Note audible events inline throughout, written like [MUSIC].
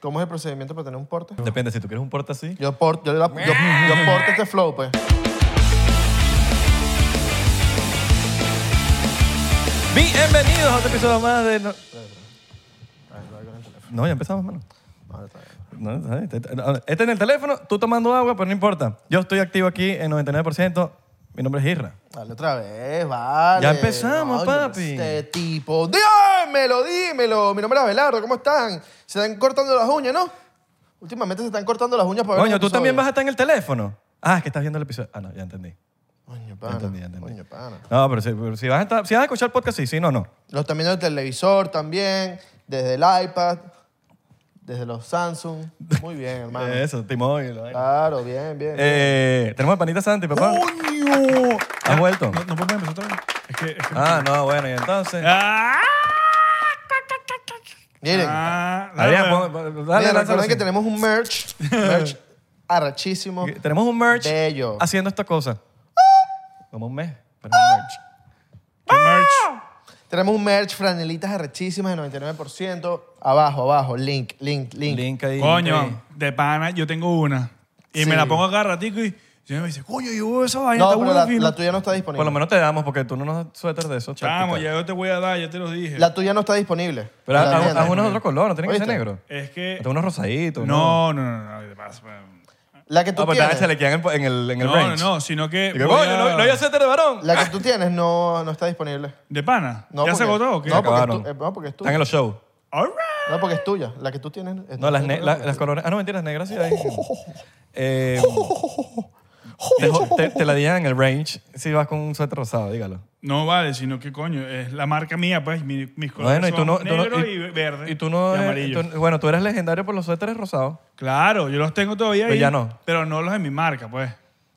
¿Cómo es el procedimiento para tener un porte? Depende, si tú quieres un porte así. Yo, por, yo, la- yo- yo porte este flow, pues. Bienvenidos a otro episodio más de. No, No, ya empezamos, mano. Vale, está bien. No, está bien, está- está- este en el teléfono, tú tomando agua, pero no importa. Yo estoy activo aquí en 99%. Mi nombre es Irra. Dale otra vez, vale. Ya empezamos, Coño, pero papi. Este tipo. Dímelo, dímelo. Mi nombre es Abelardo, ¿cómo están? Se están cortando las uñas, ¿no? Últimamente se están cortando las uñas para ver Coño, el tú también vas a episodio. estar en el teléfono. Ah, es que estás viendo el episodio. Ah, no, ya entendí. Coño, Ya pana. entendí, ya entendí. Coño, pana. No, pero si, pero si vas, a estar- si vas a escuchar el podcast, sí, sí, no, no. Los también del televisor también, desde el iPad, desde los Samsung. Muy bien, [LAUGHS] hermano. Eh, Eso, T-Mobile. ¿no? Claro, bien, bien. Eh, tenemos al panita Santi, papá. ¡Coño! ¿Has vuelto? No, no podemos empezar otra vez. Es que. Es que Ah, no, bueno, y entonces. ¡Ah! Miren, Ah, Adrián, bueno. pon- pon- miren, dale, lánzalo recuerden que así. tenemos un merch, merch [LAUGHS] arrachísimo. Que Tenemos un merch Bello. haciendo esta cosa. Como un mes, pero un merch. ¿Qué merch? Tenemos un merch, franelitas arrachísimas de 99%. Abajo, abajo, link, link, link. Link ahí. Coño, de pana, yo tengo una. Y Sí. me la pongo acá ratico y yo me dice, coño, yo veo esa vaina, No, está pero buena, la, fino. la tuya no está disponible. Por lo menos te damos porque tú no nos das suéter de esos. Chamo, prácticas. ya yo te voy a dar, ya te lo dije. La tuya no está disponible. Pero La haz mía no haz uno de está otro color, no tiene que ser ¿Oíste? negro. Es que. Haz unos rosaditos. Eh, No, no, no, no. ¿qué pasa? La que tú Ah, pero te tienes. vas a en el, en el, en el No, no, range. no, sino que. Y que, voy coño, a- no, no había suéter de varón. La que tú tienes no, no está disponible. ¿De pana? No, ¿Ya se porque- agotó o qué? No, porque, es Acabaron. tu- eh, no, porque es tuya. Están en los shows. All right. No, porque es tuya. La que tú tienes. es- No, las, ne- la- disponible. las colores. Ah, no, mentiras, negras [LAUGHS] sí hay. Eh, te, jo- te- te la digan en el range si vas con un suéter rosado, dígalo. No vale, sino que coño, es la marca mía, pues, mi- mis colores Bueno, y tú no. son tú no- negro y, verde Y tú no. y eh, amarillo. tú- bueno, tú eres legendario por los suéteres rosados. Claro, yo los tengo todavía Pero ahí, Pues ya no. Pero no los de mi marca, pues.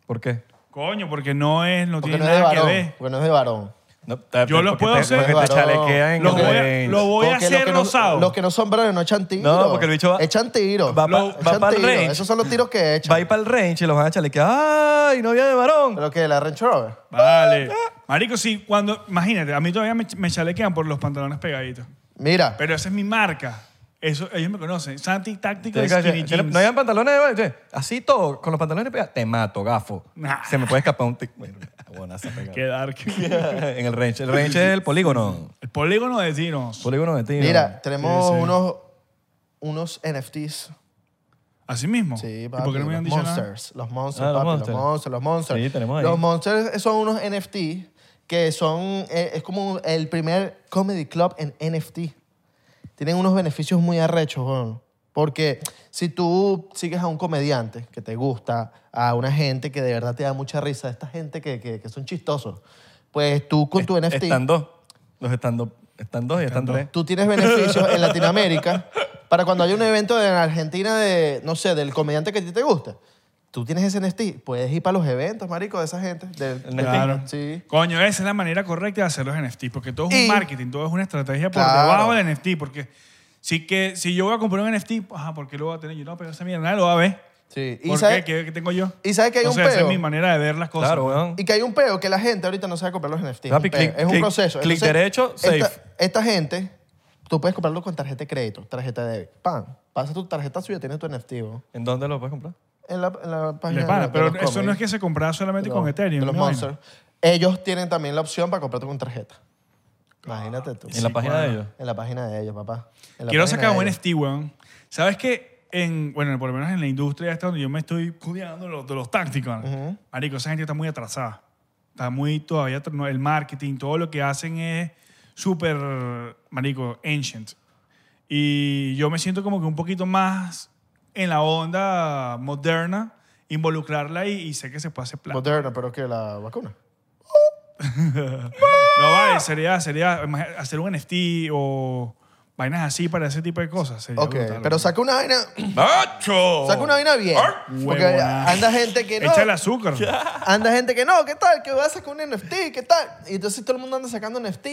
¿Por qué? Coño, porque no es, no Porque tiene no es de nada que varón. ver. Porque no es de varón. No, te- Yo los porque puedo te- hacer. Porque te Varón. chalequean en Los el voy a- range. los voy a Porque los hacer que no- rosado. Los que no son varones no echan tiros. No, porque el bicho va- Echan tiros. va pa- Lo- va echan pa'l tiros. range. Esos son los tiros que Va echan. a ir para el range y los van a chalequear. ¡Ay, novia de varón! ¿Pero que ¿La Range Rover? Vale. Marico, sí, cuando. Imagínate, a mí todavía me, me chalequean por los pantalones pegaditos. Mira. Pero esa es mi marca. Eso, ellos me conocen. Santi Táctico Te de digo, Skinny "Che, Jeans. No hayan pantalones de varón. Che, Así todo, con los pantalones pegados. Te mato, gafo. Nah. Se me puede escapar un tic. [LAUGHS] Bueno, buenaza pegada. Qué dark. [LAUGHS] [LAUGHS] en el range. El range es el polígono. El polígono de tiros. Polígono de tiro. Mira, tenemos Sí, sí. unos unos NFTs. Así mismo. Sí, ¿Y papi, por qué no me los han dicho nada? monsters, los monsters, Ah, los papi, monsters. los monsters, los monsters. Sí, tenemos ahí. Los monsters son unos NFT que son eh, es como el primer comedy club en NFT. Tienen unos beneficios muy arrechos, weón. Porque si tú sigues a un comediante que te gusta, a una gente que de verdad te da mucha risa, esta gente que, que, que son chistosos, pues tú con tu NFT Están dos. Los están dos. Están dos y están tres. tú tienes beneficios en Latinoamérica para cuando haya un evento en Argentina de, no sé, del comediante que a ti te gusta. Tú tienes ese NFT, puedes ir para los eventos, marico, de esa gente. del- El del- Claro. Sí. Coño, esa es la manera correcta de hacer los NFT, porque todo es Y- un marketing, todo es una estrategia por Claro. debajo del NFT, porque si, que, si yo voy a comprar un NFT, ajá, ¿por qué lo voy a tener yo? No, pero esa mierda nadie lo va a ver. Sí. ¿Y ¿Por sabes, qué? ¿Qué, qué tengo yo? y sabes que hay o un sea, esa es peo? mi manera de ver las cosas. Claro, weón. Y que hay un peo que la gente ahorita no sabe comprar los NFT. Papi, un peo. clic- es un clic- proceso. clic derecho, esta- safe. Esta gente, tú puedes comprarlo con tarjeta de crédito, tarjeta de débito. Pan, pasa tu tarjeta suya, tienes tu NFT. ¿no? ¿En dónde lo puedes comprar? En la, en la Le página de- pana, de pero los eso no comedy. es que se compraba solamente de con los- Ethereum. de los ¿no? Monsters. Ellos tienen también la opción para comprarte con tarjeta. Imagínate tú. En la página de ellos. En la página de ellos, papá. En la Quiero página sacar de un ellos. NFT, weón. ¿Sabes qué? En, bueno, por lo menos en la industria esta donde yo me estoy cuidando de los, de los tácticos. ¿no? Marico, esa gente está muy atrasada. Está muy todavía... tra- no, El marketing, todo lo que hacen es súper, marico, ancient. Y yo me siento como que un poquito más en la onda moderna, involucrarla y, y sé que se puede hacer plata. Moderna, pero que la vacuna. No vale, sería, sería imagi- hacer un NFT o vainas así para ese tipo de cosas. Sería ok, brutal, pero weón. saca una vaina. ¡Macho! Saca una vaina bien. Porque ¡Ah! Huevona. anda gente que no. Echa el azúcar. Anda gente que no, ¿qué tal? Que va a sacar un NFT, ¿qué tal? Y entonces todo el mundo anda sacando NFT,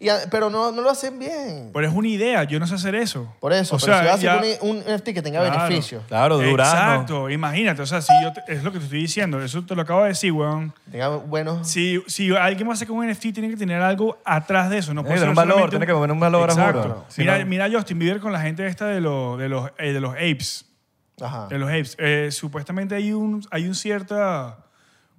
y a- pero no, no lo hacen bien. Pero es una idea, yo no sé hacer eso. Por eso, Pues, O pero si vas a ya- sacar un, un NFT que tenga Claro. beneficios, Claro, durazno. Exacto, imagínate, o sea, si yo te- es lo que te estoy diciendo, eso te lo acabo de decir, weón. tenga buenos. Si, si alguien va a sacar un NFT, tiene que tener algo atrás de eso, no Tiene puede que ser tener un valor, Pues tiene solamente que tener un valor, Exacto. juro. Si mira, no- mira a Justin Bieber con la gente esta de, los de, los, eh, de los apes. Ajá. De los apes. Eh, supuestamente hay un, hay un cierta...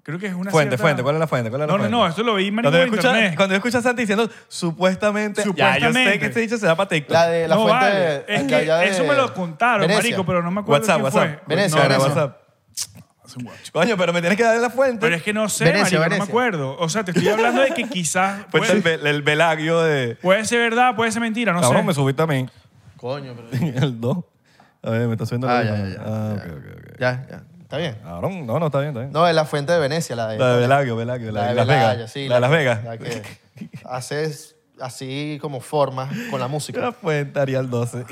Creo que es una Fuente, cierta- fuente, ¿cuál es la fuente? ¿Cuál es la No, no, fuente? pues, no, esto lo vi marico, Cuando yo en escucho, internet. cuando yo escucho a Santi diciendo supuestamente, ya yo sé Supuestamente. que este dicho se da para TikTok. La de la No, fuente vale. de, Es de que allá de eso me lo contaron, Venecia. marico, pero no me acuerdo WhatsApp, quién WhatsApp. fue. Venecia, No, Ahora, Venecia. WhatsApp. es un guacho. Coño, pero me tienes que dar la fuente. Pero es que no sé, Venecia, marico, no Venecia. me acuerdo. O sea, te estoy [LAUGHS] hablando de que quizás Pues el, puede, ve- el velagio de... puede ser verdad, puede ser mentira, no Cabrón, sé. me subí también. [LAUGHS] Coño, pero... el 2. A ver, me está subiendo Ah, la ya, ya, misma. ya. ya. Ah, ok, ok, ok. Ya, ya. Está bien. Cabrón, no, no, está bien, está bien. No, eh, es la fuente de Venecia, la de... la de Velagio, Velagio, la, de Las Velaya, Vegas. sí, la de Las Vegas. La [LAUGHS] que haces así como formas con la La [LAUGHS] música. fuente Arial 12.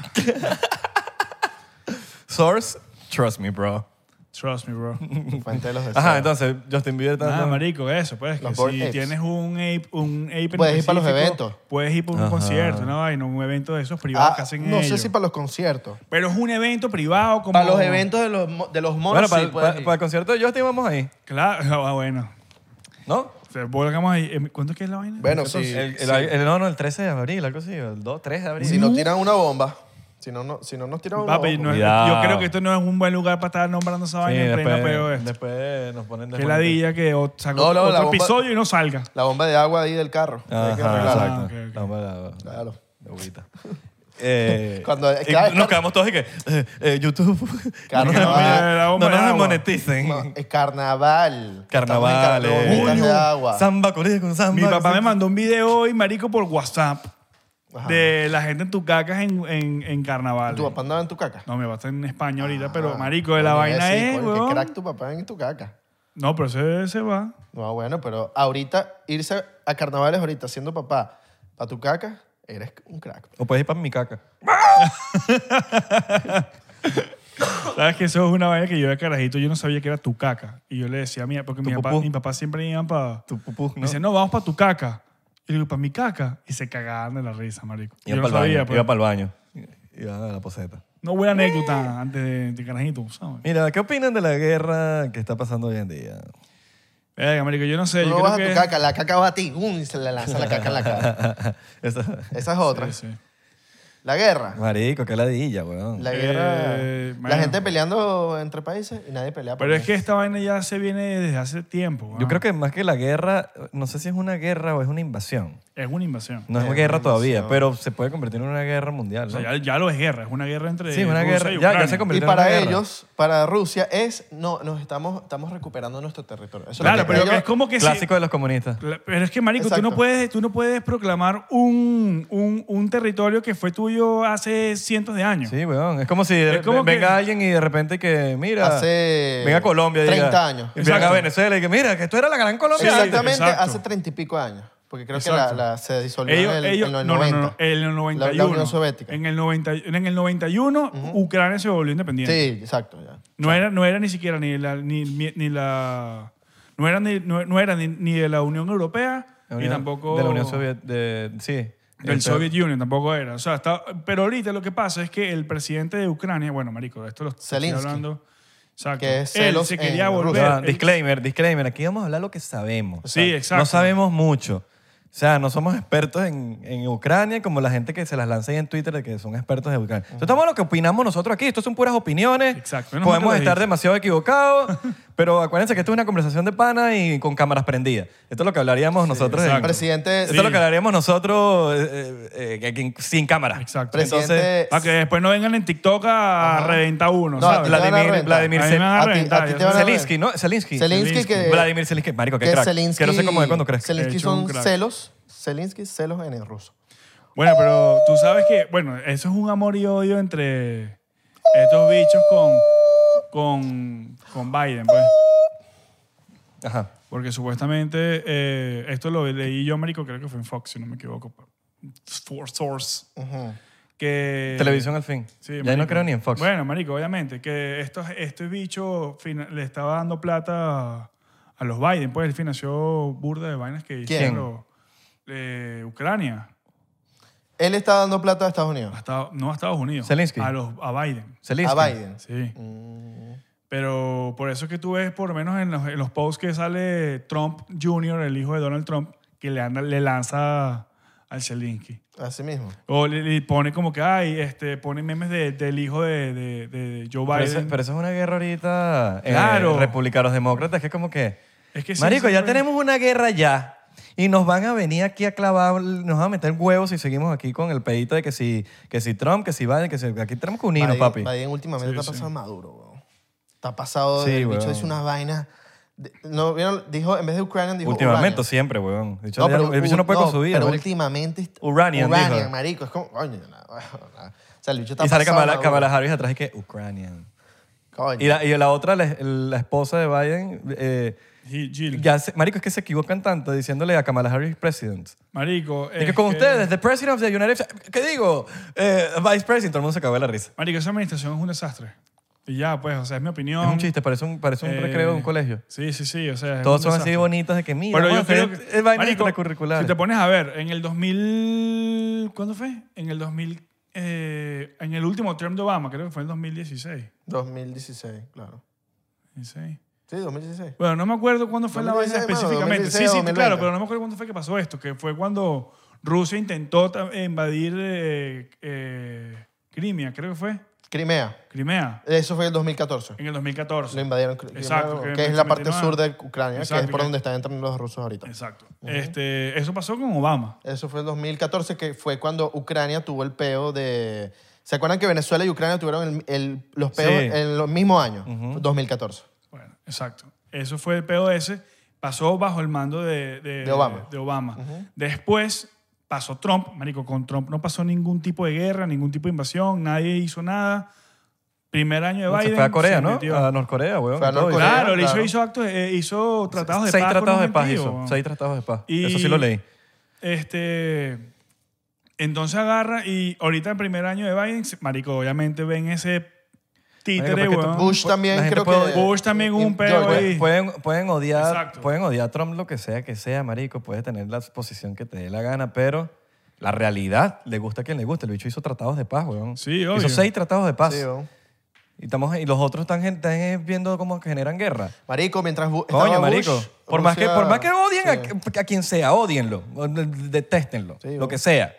Source, trust me, bro. Trust [LAUGHS] me, bro. Fuente de los deseos. Ajá, entonces Justin Bieber está Ah, marico, eso, pues, que Los si Bored Apes. tienes un ape, un ape en Puedes ir para los específico, eventos. Puedes ir para un Ajá. concierto, ¿no? vaina, un evento de esos privados Ah, que hacen no sé ellos. si para los conciertos. Pero es un evento privado como... Para los eventos de los, mo- de los monos Bueno, para, sí puedes para- ir. para el concierto de Justin vamos ahí, Claro, [LAUGHS] ah, bueno. ¿no? O sea, volvamos ahí. Eh, ¿Cuánto es que es la vaina? Bueno, Entonces, sí, el, el- sí. el- no, no, el 13 de abril, algo así, el 2, 3 de abril. Si Uh, nos tiran una bomba. Si no, no- si no nos tiran una Papi, bomba. no es- yo Cuidado. creo que esto no es un buen lugar para estar nombrando esa Sí, vaina en plena peo después, esto. después nos ponen... Que después- ladilla que o- sacó No, no, otro la bomba- episodio y no salga. La bomba de agua ahí del carro. Hay que Ajá, arreglarla. exacto. Ah, ok, ok. Vamos a la- Claro. la agüita. [LAUGHS] Eh, Cuando- y cada vez- nos quedamos todos y que eh, eh, YouTube Cada [LAUGHS] no, vez- nos- Ah, [LAUGHS] la no bomba de nos agua. desmoneticen. No, es carnaval. Estamos Carnavales. en carnaval, Coño, de agua. Samba, corrida con samba. Mi papá me Samba. mandó un video hoy, marico, por WhatsApp Ajá. de la gente en Tucacas en, en, en carnaval. ¿Tu papá andaba en tu caca? No, mi papá está en España ahorita, pero Ah, marico, de la coño, vaina sí, es, coño, weón. Qué crack tu papá en tu caca. No, pero ese se va. No, Ah, bueno, pero ahorita irse a carnavales ahorita siendo papá para tu caca, eres un crack. O puedes ir para mi caca. Sabes que eso es una vaina que yo de carajito, yo no sabía que era tu caca. Y yo le decía a mi porque mi Tu papá, pupú. mi papá siempre iban para... Tu pupú, Me ¿no? dice, no, vamos para tu caca. Y le digo, para mi caca. Y se cagaban de la risa, marico. Iba yo no pa'l sabía, baño, pues. Iba para el baño. Iba a la poseta. No buena anécdota antes de, de carajito, ¿sabes? Mira, ¿qué opinan de la guerra que está pasando hoy en día? [LAUGHS] Verga, marico, yo no sé. Tú yo no creo vas a que- tu caca, la caca va a ti, ¡um! y se le lanza la caca en la [LAUGHS] cara. Esa- Esa es otra. Sí, sí. La guerra. Marico, qué ladilla, weón. La guerra. Eh, bueno. la gente peleando entre países y nadie pelea por Pero es mí. que este esta vaina ya se viene desde hace tiempo. Yo weón. creo que más que la guerra, no sé si es una guerra o es una invasión. Es una invasión. No es una Es guerra una todavía, invasión. pero se puede convertir en una guerra mundial. O ¿no? sea, ya, ya lo es guerra. Es una guerra entre Sí, una Rusia guerra. y Ya- ya Ucrania. se convirtió. Y convirtieron en para guerra. ellos, para Rusia, es. No, nos estamos, estamos recuperando nuestro territorio. Eso es lo Claro, que pero ellos- es como que si- Clásico de los comunistas. La- Pero es que, marico, tú no, Exacto. puedes, tú no puedes proclamar un, un, un territorio que fue tuyo hace cientos de años. Sí, weón. Es como si de- Es como venga que- alguien y de repente que, mira, Hace venga a Colombia. y diga- 30 años. Y venga a Exacto. Venezuela y que, mira, que esto era la gran Colombia. antes". Exactamente Exacto. hace treinta y pico años. Porque creo que Exacto. la, la- se disolvió Ellos, en el, ellos, en los no, no, 90. no, no, en el 91. La, la Unión Soviética. En el, 90, en el 91, Ucrania se volvió independiente. Sí, exacto. Ya. No era, no era ni siquiera ni la... Ni, ni- ni la no era, ni, no, no era ni, ni de la Unión Europea La ni Unión- tampoco... De la Unión Soviética. de- sí. Del Este- Soviet Union tampoco era. O sea, está- pero ahorita lo que pasa es que el presidente de Ucrania, bueno, marico, de esto lo estoy Zelensky. hablando. Exacto. Que es Él celos se quería en volver. Rusia. Ah, él- disclaimer, disclaimer. Aquí vamos a hablar lo que sabemos. Sí, exacto. No sabemos mucho. O sea, no somos expertos en, en Ucrania como la gente que se las lanza ahí en Twitter de que son expertos de Ucrania. Esto estamos lo que opinamos nosotros aquí. Esto son puras opiniones. Exacto. Menos mal Podemos que lo estar dijiste. demasiado equivocados, [LAUGHS] pero acuérdense que esto es una conversación de pana y con cámaras prendidas. Esto es lo que hablaríamos nosotros. en- exacto. Presidente, Esto es lo que hablaríamos nosotros eh, eh, eh, aquí sin cámara. Exacto. presidente. entonces, Para Ah, que después no vengan en TikTok a reventar uno, No, ¿sabes? te van a Vladimir, reventar. Vladimir A mí Zel- me van a a ti- a reventar, ti yo te no van sé. a- Zelensky, ¿no? Zelensky. Zelensky que. Vladimir Zelensky. Marico, qué que crack. Zelensky- que no sé cómo es cuando crezca. Zelensky De hecho, un son crack. celos. Zelensky, celos en el ruso. Bueno, pero tú sabes que, bueno, eso es un amor y odio entre estos bichos con, con, con Biden, pues. Ajá. Porque supuestamente, eh, esto lo leí yo, marico, creo que fue en Fox, si no me equivoco. Four Source. Ujú. Que... Televisión al fin. Eh, Sí, ya marico. no creo ni en Fox. Bueno, marico, obviamente, que estos, este bicho fina- le estaba dando plata a, a los Biden, pues él financió burda de vainas que hicieron los- eh, Ucrania, Él está dando plata a Estados Unidos. a Estados- no a Estados Unidos, Zelensky. A, los, a Biden, Zelensky. A Biden. sí. Pero por eso es que tú ves, por lo menos en los, en los posts que sale Trump Jr., el hijo de Donald Trump, que le, anda- le lanza al Zelensky. Así mismo. O le, le pone como que, ay, este, pone memes de- del hijo de, de- de Joe Pero Biden. eso, pero eso es una guerra ahorita. eh, Claro. republicanos, demócratas, que es como que. Es que sí, Marico, ya siempre- tenemos una guerra ya. Y nos van a venir aquí a clavar, nos van a meter huevos si seguimos aquí con el pedito de que si, que si Trump, que si Biden, que si. Aquí tenemos que unirnos, Biden- papi. Biden últimamente Sí, está sí. pasado maduro, weón. Está pasado, Sí, el bicho weón. dice unas vainas. de- No, ¿vieron? Dijo, en vez de Ucrania, dijo Últimamente, Urania. siempre, weón. El bicho, No, ya- pero, el bicho no puede u- con su vida. Pero marico. últimamente. est- Uranian, dijo. Uranian, marico. Es como, coño, no, no. [LAUGHS] O sea, el bicho está Y sale pasado Kamala, maduro. Kamala Harris atrás y que Ucranian. Coño. Y la, y la otra, la, la esposa de Biden, eh, Gil- Gil. ya se- marico, es que se equivocan tanto diciéndole a Kamala Harris president. Marico. Y que es con que- ustedes, the president of the United States, ¿qué digo? Eh, vice president, todo el mundo se acabó de la risa. Marico, esa administración es un desastre. Y ya, pues, o sea, es mi opinión. Es un chiste, parece un, parece un Eh, recreo de un colegio. Sí, sí, sí. O sea, es Todos un son así desastre. bonitos de que mira, Pero vamos yo a hacer creo que. es vaina marico, extracurricular. Si te pones a ver, en el 2000. ¿Cuándo fue? En el 2000. eh, en el último term de Obama, creo que fue en el 2016. 2016, claro. 16. Sí, 2016. Bueno, no me acuerdo cuándo fue la vaina 2016, mano, específicamente. 2016 sí, sí, o 2020. claro, pero no me acuerdo cuándo fue que pasó esto, que fue cuando Rusia intentó ta- invadir eh, eh, Crimea, creo que fue. Crimea. Crimea, Eso fue el 2014. en el Lo 2014. invadieron Cri- Exacto, Crimea, que que es la parte 1929. sur de Ucrania, que es Exacto, por que- donde están entrando los rusos ahorita. Exacto. este, eso pasó con Obama. Eso fue el 2014, que fue cuando Ucrania tuvo el peo de... ¿Se acuerdan que Venezuela y Ucrania tuvieron el- el- los peos Sí. en los mismos años? 2014. Bueno, exacto. Eso fue el POS. Pasó bajo el mando de, de, De Obama. de Obama. Después pasó Trump. Marico, con Trump no pasó ningún tipo de guerra, ningún tipo de invasión, nadie hizo nada. Primer año de No, Biden. se fue a Corea, se ¿no? metió. A Norcorea, weón. Fue a y todo. Norcorea. Claro, le hizo, claro. hizo actos, eh, hizo tratados de Seis paz. por tratados un de paz gentío, hizo. weón. Seis tratados de paz. Y- Eso sí lo leí. Este, entonces agarra y ahorita el primer año de Biden, se- marico, obviamente ven ese títere, Marico, porque weón. Bush también Ah, pues, la gente creo puede- que... Bush también hubo un peo George, ahí. Sí. Pueden, pueden, odiar, Exacto. pueden odiar a Trump lo que sea que sea, marico. Puedes tener la posición que te dé la gana, pero la realidad le gusta a quien le gusta. El bicho hizo tratados de paz, weón. Sí, obvio. Hizo seis tratados de paz. Sí, weón. y, estamos, y los otros están, gen- están eh, viendo cómo generan guerra. Marico, mientras Bu- estaba Coño, Bush, marico. por, más que, Rusia- por más que odien a- Sí. a, quien sea, odienlo. Detéstenlo. Sí, lo bo. que sea.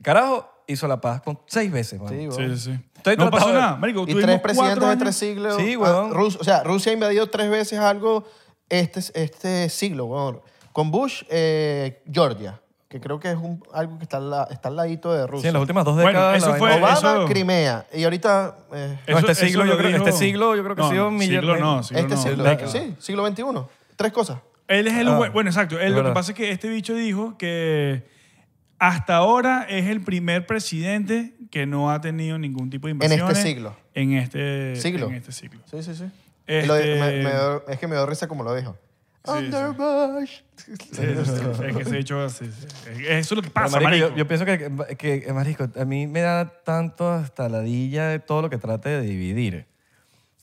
Carajo, hizo la paz con seis veces, man. Sí, weón. Sí, sí, sí. Estoy no pasó tratado de- nada, marico. Y tuvimos tres cuatro presidentes de años- tres siglos. Sí, ah, weón. Rus- o sea, Rusia ha invadido tres veces algo este, este siglo, weón. Con Bush, eh, Georgia, que creo que es un- algo que está, al la- está al ladito de Sí, Rusia. en las últimas dos Bueno, décadas. eso la vaina- fue- Obama, eso- Crimea. Y ahorita... eh, No, este Eso- siglo eso yo lo creo- este dijo- siglo yo creo que ha No, sido eh, no, millar- siglo no, siglo este no, siglo. década. Sí, siglo XXI. Tres cosas. Él es el Ah. hue- bueno, exacto. Él, Es lo que verdad. pasa es que este bicho dijo que hasta ahora es el primer presidente que no ha tenido ningún tipo de este invasiones siglo. En este Siglo. En este siglo. Sí, sí, sí. Este- es que me dio risa como lo dijo. Sí, Under sí. Bush. Sí, sí, sí. es que se ha hecho así. sí. Es- Eso es lo que Pero, pasa, marico, marico. Yo, yo pienso que, que, eh, marico, a mí me da tanto hasta ladilla de todo lo que trate de dividir.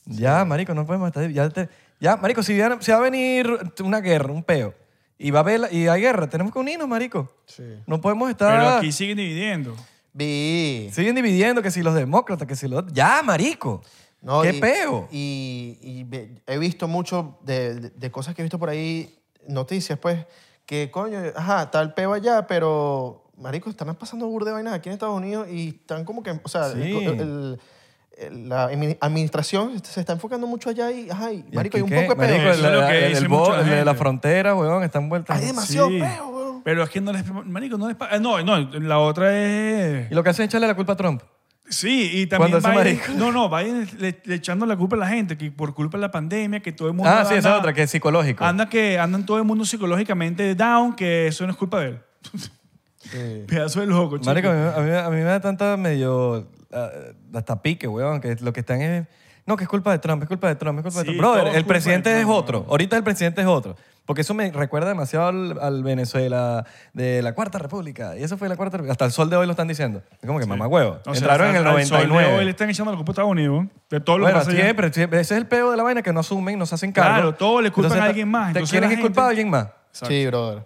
Ya, marico, no podemos estar... Ya, te- ya, marico, si, viene- si va a venir una guerra, un peo, y va a haber la- y hay guerra, tenemos que unirnos, marico. Sí. No podemos estar... Pero aquí siguen dividiendo. Vi. Siguen dividiendo que si los demócratas, que si los... Ya, marico. No, ¿Qué y- peo? Y, y ve- he visto mucho de, de- de cosas que he visto por ahí, noticias, pues, que coño, ajá, está el peo allá, pero, marico, están pasando burde vainas aquí en Estados Unidos y están como que, o sea, el- Sí. el- el- la admi- administración se está enfocando mucho allá y, ajá, y, ¿Y marico, hay aquí un qué? poco de peo. Marico, Eso es el, lo el- que el dice bo- mucha el de la gente. frontera, weón, están vueltas... Hay demasiado peo, weón. Pero es que no les. Marico, no les. pa- eh, No, no, la otra es. Y lo que hacen es echarle la culpa a Trump. Sí, y también Cuando hace Biden- marico. no, no, Biden le, le echando la culpa a la gente, que por culpa de la pandemia, que todo el mundo ah, sí, esa es anda- otra, que es psicológico. Anda que andan todo el mundo psicológicamente down, que eso no es culpa de él. Sí. [LAUGHS] Pedazo de loco, chico. Marico, a mí, a mí- a mí me da tanta medio. ah, hasta pique, weón, que lo que están es. No, que es culpa de Trump, es culpa de Trump, es culpa Sí, de Trump. todo Brother, es el culpa presidente de es Trump, otro. weón. Ahorita el presidente es otro. Porque eso me recuerda demasiado al, al Venezuela de la Cuarta República. Y eso fue la Cuarta República. Hasta el sol de hoy lo están diciendo. Es como que mamá huevo. O sea, Entraron en el al sol de 99. Hoy le están echando la culpa a Estados Unidos, ¿no? de todo lo que Bueno, pasa allá. siempre, siempre. Ese es el peo de la vaina que no asumen, no se hacen cargo. Claro, todo le culpan Entonces, a alguien más. ¿Te Entonces quieren la es culpado a gente- alguien más? Exacto. Sí, brother.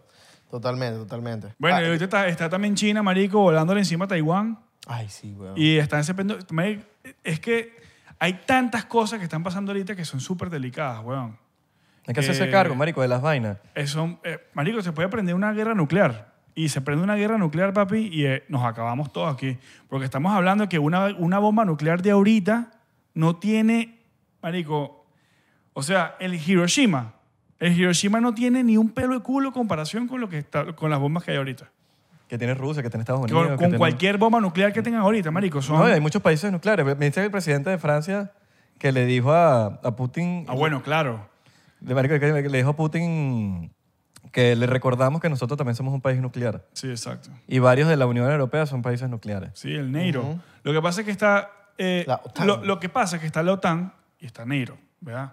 Totalmente, totalmente. Bueno, y Ah, ahorita está, está también China, marico, volándole encima a Taiwán. Ay, sí, Ah. weón. Y está ese pendo- marico, Es que hay tantas cosas que están pasando ahorita que son súper delicadas, weón. Hay que hacerse Eh, cargo, marico, de las vainas. Eso, eh, marico, se puede prender una guerra nuclear. y se prende una guerra nuclear, papi, y eh, nos acabamos todos aquí. Porque estamos hablando que una, una bomba nuclear de ahorita no tiene, marico, o sea, el Hiroshima, el Hiroshima no tiene ni un pelo de culo en comparación con, lo que está, con las bombas que hay ahorita. Que tiene Rusia, que tiene Estados Con, Unidos. que con tiene- cualquier bomba nuclear que tengan ahorita, marico, son... No, y hay muchos países nucleares. Me dice el presidente de Francia que le dijo a, a Putin. ah, bueno, claro. de marico, que le dijo a Putin que le recordamos que nosotros también somos un país nuclear. Sí, exacto. Y varios de la Unión Europea son países nucleares. Sí, el Neiro. Lo que pasa es que está. eh, La OTAN. Lo, lo que pasa es que está la OTAN y está Neiro, ¿verdad?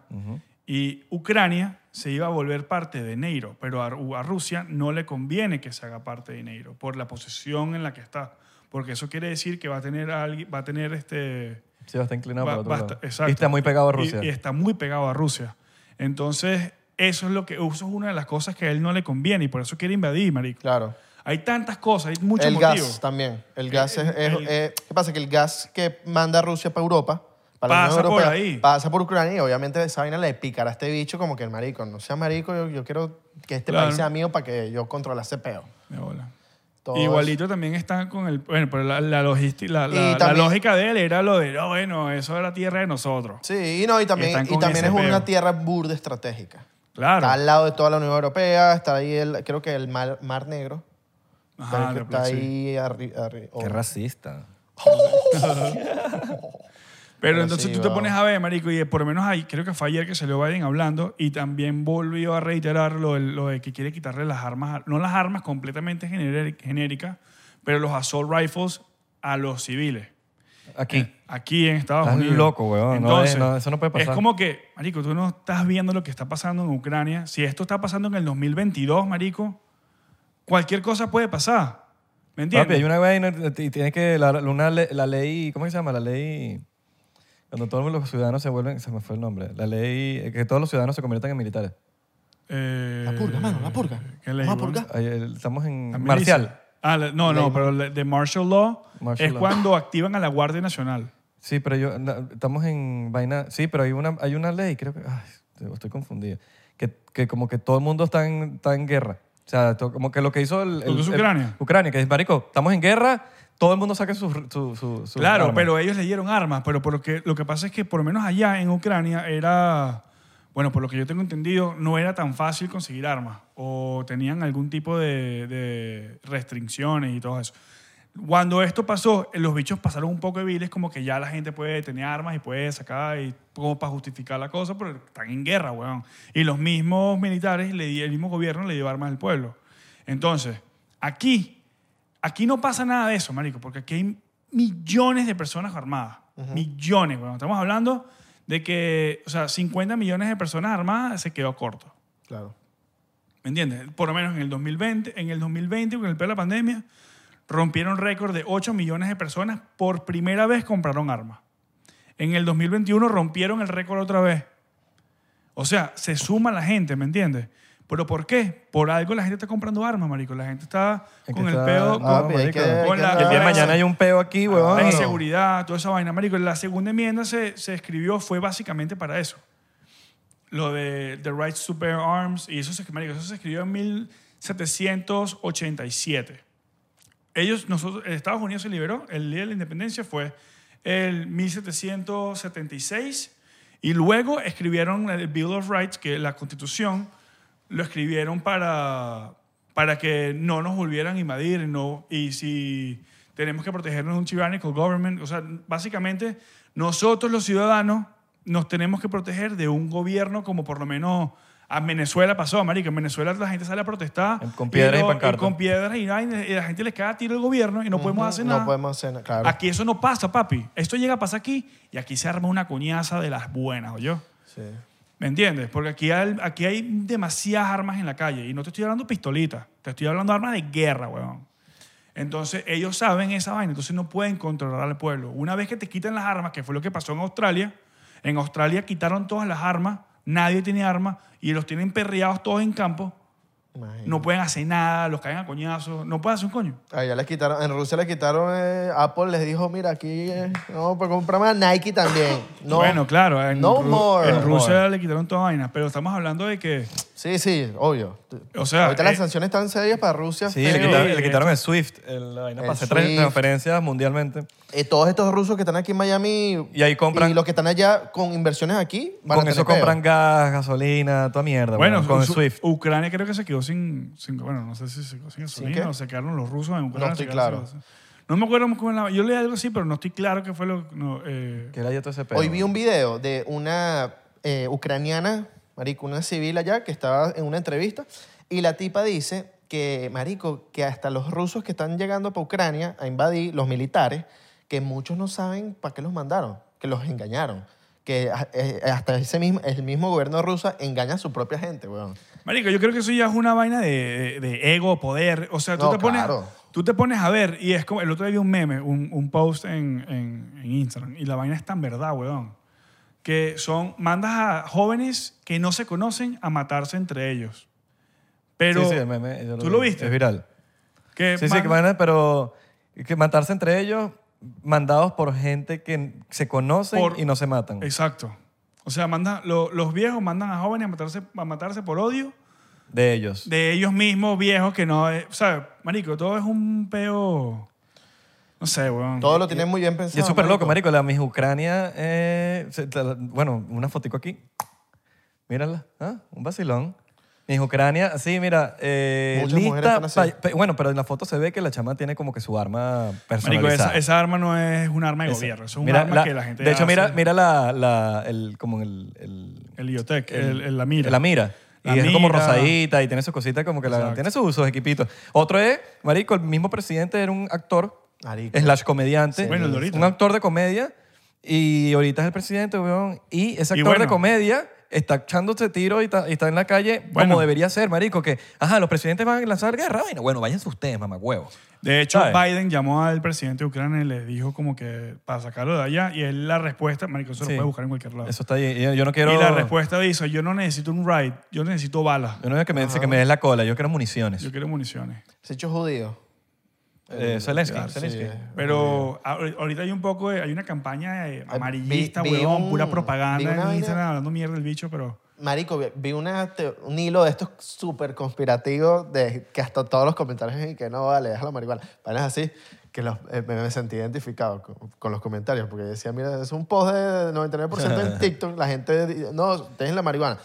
Y Ucrania se iba a volver parte de Neiro, pero a, Ru- a Rusia no le conviene que se haga parte de Neiro por la posición en la que está. Porque eso quiere decir que va a tener a alguien, va a tener este. Sí, está inclinado va- para otro va a lado. estar- exacto. Y está muy pegado a Y- Rusia. Y, está muy pegado a Rusia. Entonces, eso es lo que eso es una de las cosas que a él no le conviene y por eso quiere invadir, marico. Claro. Hay tantas cosas, hay muchos el motivos. gas también. El gas es... el- es- el- eh, ¿Qué pasa? Que el gas que manda Rusia para Europa... Para la Pasa Unión por Europea, ahí. Pasa por Ucrania y obviamente esa vaina le picará a este bicho como que el marico. No sea marico, yo, yo quiero que este Claro. país sea mío para que yo controle ese peo. De bola. Todo Igualito también están con el. Bueno, pero la, la, logisti- la, Y la- la también- lógica de él era lo de, no, bueno, eso era tierra de nosotros. Sí, y no, y también, están y con también es ese una peo. tierra burda estratégica. Claro. Está al lado de toda la Unión Europea, está ahí, el, creo que el Mar, Mar Negro. Ajá, creo que de está plan, sí. ahí arri- arri- oh, o- Oh. Qué racista. Pero Pero entonces sí, tú te va. pones a ver, marico, y por lo menos ahí, creo que fue ayer que salió Biden hablando y también volvió a reiterar lo, de- lo de que quiere quitarle las armas, a- no las armas completamente gener- genéricas, pero los assault rifles a los civiles. Aquí. Eh, Aquí en Estados Estás Unidos. loco, weón. No, eh, no, eso no puede pasar. Es como que, marico, tú no estás viendo lo que está pasando en Ucrania. Si esto está pasando en el 2022, marico, cualquier cosa puede pasar. ¿Me entiendes? Papi, hay una vaina y tienes que. La, una le- la ley. ¿Cómo que se llama? La ley. Cuando todos los ciudadanos se vuelven. Se me fue el nombre. La ley. eh, Que todos los ciudadanos se conviertan en militares. Eh, La purga, mano, la purga. ¿qué ley, Vamos a weón? purgar. Ahí, el- Estamos en. También dice- Marcial. Ah, la- no, no, pero la- de martial law Martial es law. cuando activan a la Guardia Nacional. Sí, pero yo. na- Estamos en vaina. Sí, pero hay una, hay una ley, creo que. Ay, estoy confundido. Que, que como que todo el mundo está en, está en guerra. O sea, to- como que lo que hizo el. Lo que el- hizo el- Ucrania. Ucrania, que es, marico, estamos en guerra, todo el mundo saque sus. Su, su- sus Claro, armas. pero ellos le dieron armas, pero por lo que, lo que pasa es que por lo menos allá en Ucrania era, bueno, por lo que yo tengo entendido, no era tan fácil conseguir armas o tenían algún tipo de, de restricciones y todo eso. Cuando esto pasó, eh, los bichos pasaron un poco de viles, como que ya la gente puede tener armas y puede sacar, y como para justificar la cosa, pero están en guerra, weón. Y los mismos militares, le, di- el mismo gobierno le dio armas al pueblo. Entonces, aquí Aquí no pasa nada de eso, marico, porque aquí hay millones de personas armadas. Millones, bueno, estamos hablando de que, o sea, 50 millones de personas armadas se quedó corto. Claro. ¿Me entiendes? Por lo menos en el 2020, en el 2020 con el peor de la pandemia, rompieron récord de 8 millones de personas por primera vez compraron armas. En el 2021 rompieron el récord otra vez. O sea, se suma la gente, ¿me entiendes? ¿Pero por qué? Por algo la gente está comprando armas, marico. La gente está Es que con el está- pedo... Ah, Papi, pues, hay que- marico. hay Con que la- Y el día de andar- mañana hay un peo aquí, la weón. inseguridad, toda esa vaina. Marico, la segunda enmienda se, se escribió fue básicamente para eso. Lo de The Rights to Bear Arms. Y eso se, marico, eso se escribió en 1787. Ellos, nosotros, Estados Unidos se liberó, el día de la independencia fue el 1776 y luego escribieron el Bill of Rights, que es la constitución, lo escribieron para, para que no nos volvieran a invadir no, y si tenemos que protegernos de un tyrannical government, o sea, básicamente nosotros los ciudadanos nos tenemos que proteger de un gobierno como por lo menos a Venezuela pasó, marico, en Venezuela la gente sale a protestar Con piedras y lo- pancartas. con piedras y vaina, y la gente les cae a tiro el gobierno y no podemos hacer nada. No podemos hacer nada, claro. Aquí eso no pasa, papi. Esto llega a pasar aquí y aquí se arma una coñaza de las buenas, yo Sí. ¿Me entiendes? Porque aquí hay, aquí hay demasiadas armas en la calle y no te estoy hablando pistolitas, te estoy hablando armas de guerra, weón. Entonces ellos saben esa vaina, entonces no pueden controlar al pueblo. Una vez que te quitan las armas, que fue lo que pasó en Australia, en Australia quitaron todas las armas, nadie tiene armas y los tienen perreados todos en campo, Imagínate. no pueden hacer nada, los caen a coñazos, no pueden hacer un coño. Allá les quitaron, en Rusia les quitaron, eh, Apple les dijo, mira, aquí eh, no, pues comprame a Nike también. No. Bueno, claro. En, No Ru- more. en No Rusia le quitaron toda vaina, pero estamos hablando de que Sí, sí, obvio. O sea, Ahorita las eh, sanciones están serias para Rusia. Sí, pero- le quitaron, le eh, quitaron el SWIFT, el, la vaina el para hacer tra- SWIFT. transferencias mundialmente. eh, todos estos rusos que están aquí en Miami Y ahí compran- y los que están allá con inversiones aquí van Con a eso tener compran peo. gas, gasolina, toda mierda. Bueno, weón, con el su- SWIFT. Ucrania creo que se quedó sin, sin- bueno, no sé si se quedó sin gasolina qué? o se quedaron los rusos en Ucrania. No estoy se quedaron claro. sin gasolina. No me acuerdo cómo era la- Yo leí algo así, pero no estoy claro qué fue lo... No, eh, Que era yo todo ese pedo. Hoy vi un video de una eh, ucraniana, marico, una civil allá que estaba en una entrevista y la tipa dice que, marico, que hasta los rusos que están llegando para Ucrania a invadir, los militares, que muchos no saben para qué los mandaron, que los engañaron, que ah, eh, hasta ese mismo, el mismo gobierno ruso engaña a su propia gente, weón. Marico, yo creo que eso ya es una vaina de, de- de ego, poder. O sea, tú, No, te pones, claro. tú te pones a ver y es como... El otro día vi un meme, un, un post en, en- en Instagram y la vaina es tan verdad, weón. Que son... Mandas a jóvenes que no se conocen a matarse entre ellos. Pero... Sí, sí, el meme, yo ¿Tú vi. lo viste? Es viral. que Sí, sí, mandan- que vaina, pero que matarse entre ellos, mandados por gente que se conocen Por- y no se matan. Exacto. O sea, mandan, lo- los viejos mandan a jóvenes a matarse, a matarse por odio De ellos. de ellos mismos, viejos que no. eh, O sea, marico, todo es un peo. No sé, weón. Todo lo tienen muy bien pensado. Y es súper loco, marico. marico. La mis Ucrania, eh, se- te la- bueno, una fotico aquí. Mírala, ¿ah? un vacilón. Mis Ucrania, sí, mira, eh, Muchas mujeres lista. están así. pa- pe- bueno, pero en la foto se ve que la chama tiene como que su arma Marico, personalizada. esa, esa arma no es un arma de Esa. gobierno, eso es un Mira, arma que la gente. De hecho, hace. mira, mira la, la- el, como el, el- El IOTEC, el- el- la mira. La mira. Y La es como mira. rosadita y tiene sus cositas como que la, Exacto. tiene sus, sus equipitos. Otro es, marico, el mismo presidente era un actor, Marico. slash comediante. Sí. Bueno, el de ahorita. Un actor de comedia y ahorita es el presidente, weón. Y ese Y actor de bueno. comedia está echándose tiro y está, y está en la calle Bueno. como debería ser, marico. Que, ajá, los presidentes van a lanzar guerra. Bueno, bueno váyanse ustedes, mamagüevo. De hecho, ¿Sabes? Biden llamó al presidente de Ucrania y le dijo como que para sacarlo de allá y él la respuesta, marico, eso Sí. lo puede buscar en cualquier lado. Eso está ahí. Yo, yo no quiero... Y la respuesta dice, yo no necesito un ride, yo necesito balas, Yo no quiero que me, que me des la cola. Yo quiero municiones. yo quiero municiones. Se hecho judío. Eh, Zelensky. Ah, Zelensky. sí. Pero ahor- ahorita hay un poco, de- hay una campaña eh, amarillista, vi- vi huevón, un- pura vi propaganda una en vaina- Instagram hablando mierda del bicho, pero Marico, vi- vi una te- un hilo de estos súper conspirativos de que hasta todos los comentarios dicen que no vale, deja la marihuana. Vainas así que los- eh, me, me sentí identificado con, con los comentarios porque decía, mira, es un post de 99% en TikTok, la gente, di- no, dejen la marihuana.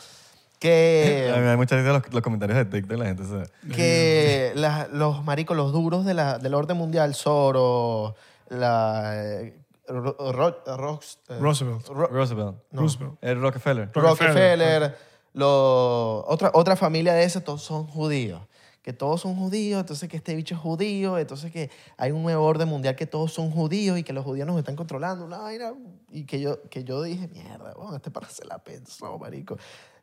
A mí me Que, da mucha risa los, los comentarios de TikTok la gente se... que la- los maricos, los duros de la- del orden mundial, Soros, la... eh, Ro- Ro- Rox- eh, Roosevelt, Ro- Roosevelt. Roosevelt. El Rockefeller. Rockefeller, lo- otra, otra familia de esas, todos son judíos. Que todos son judíos, entonces que este bicho es judío, entonces que hay un nuevo orden mundial que todos son judíos y que los judíos nos están controlando. Una vaina. Y que yo, que yo dije, mierda, weón, este para se la pensó, marico.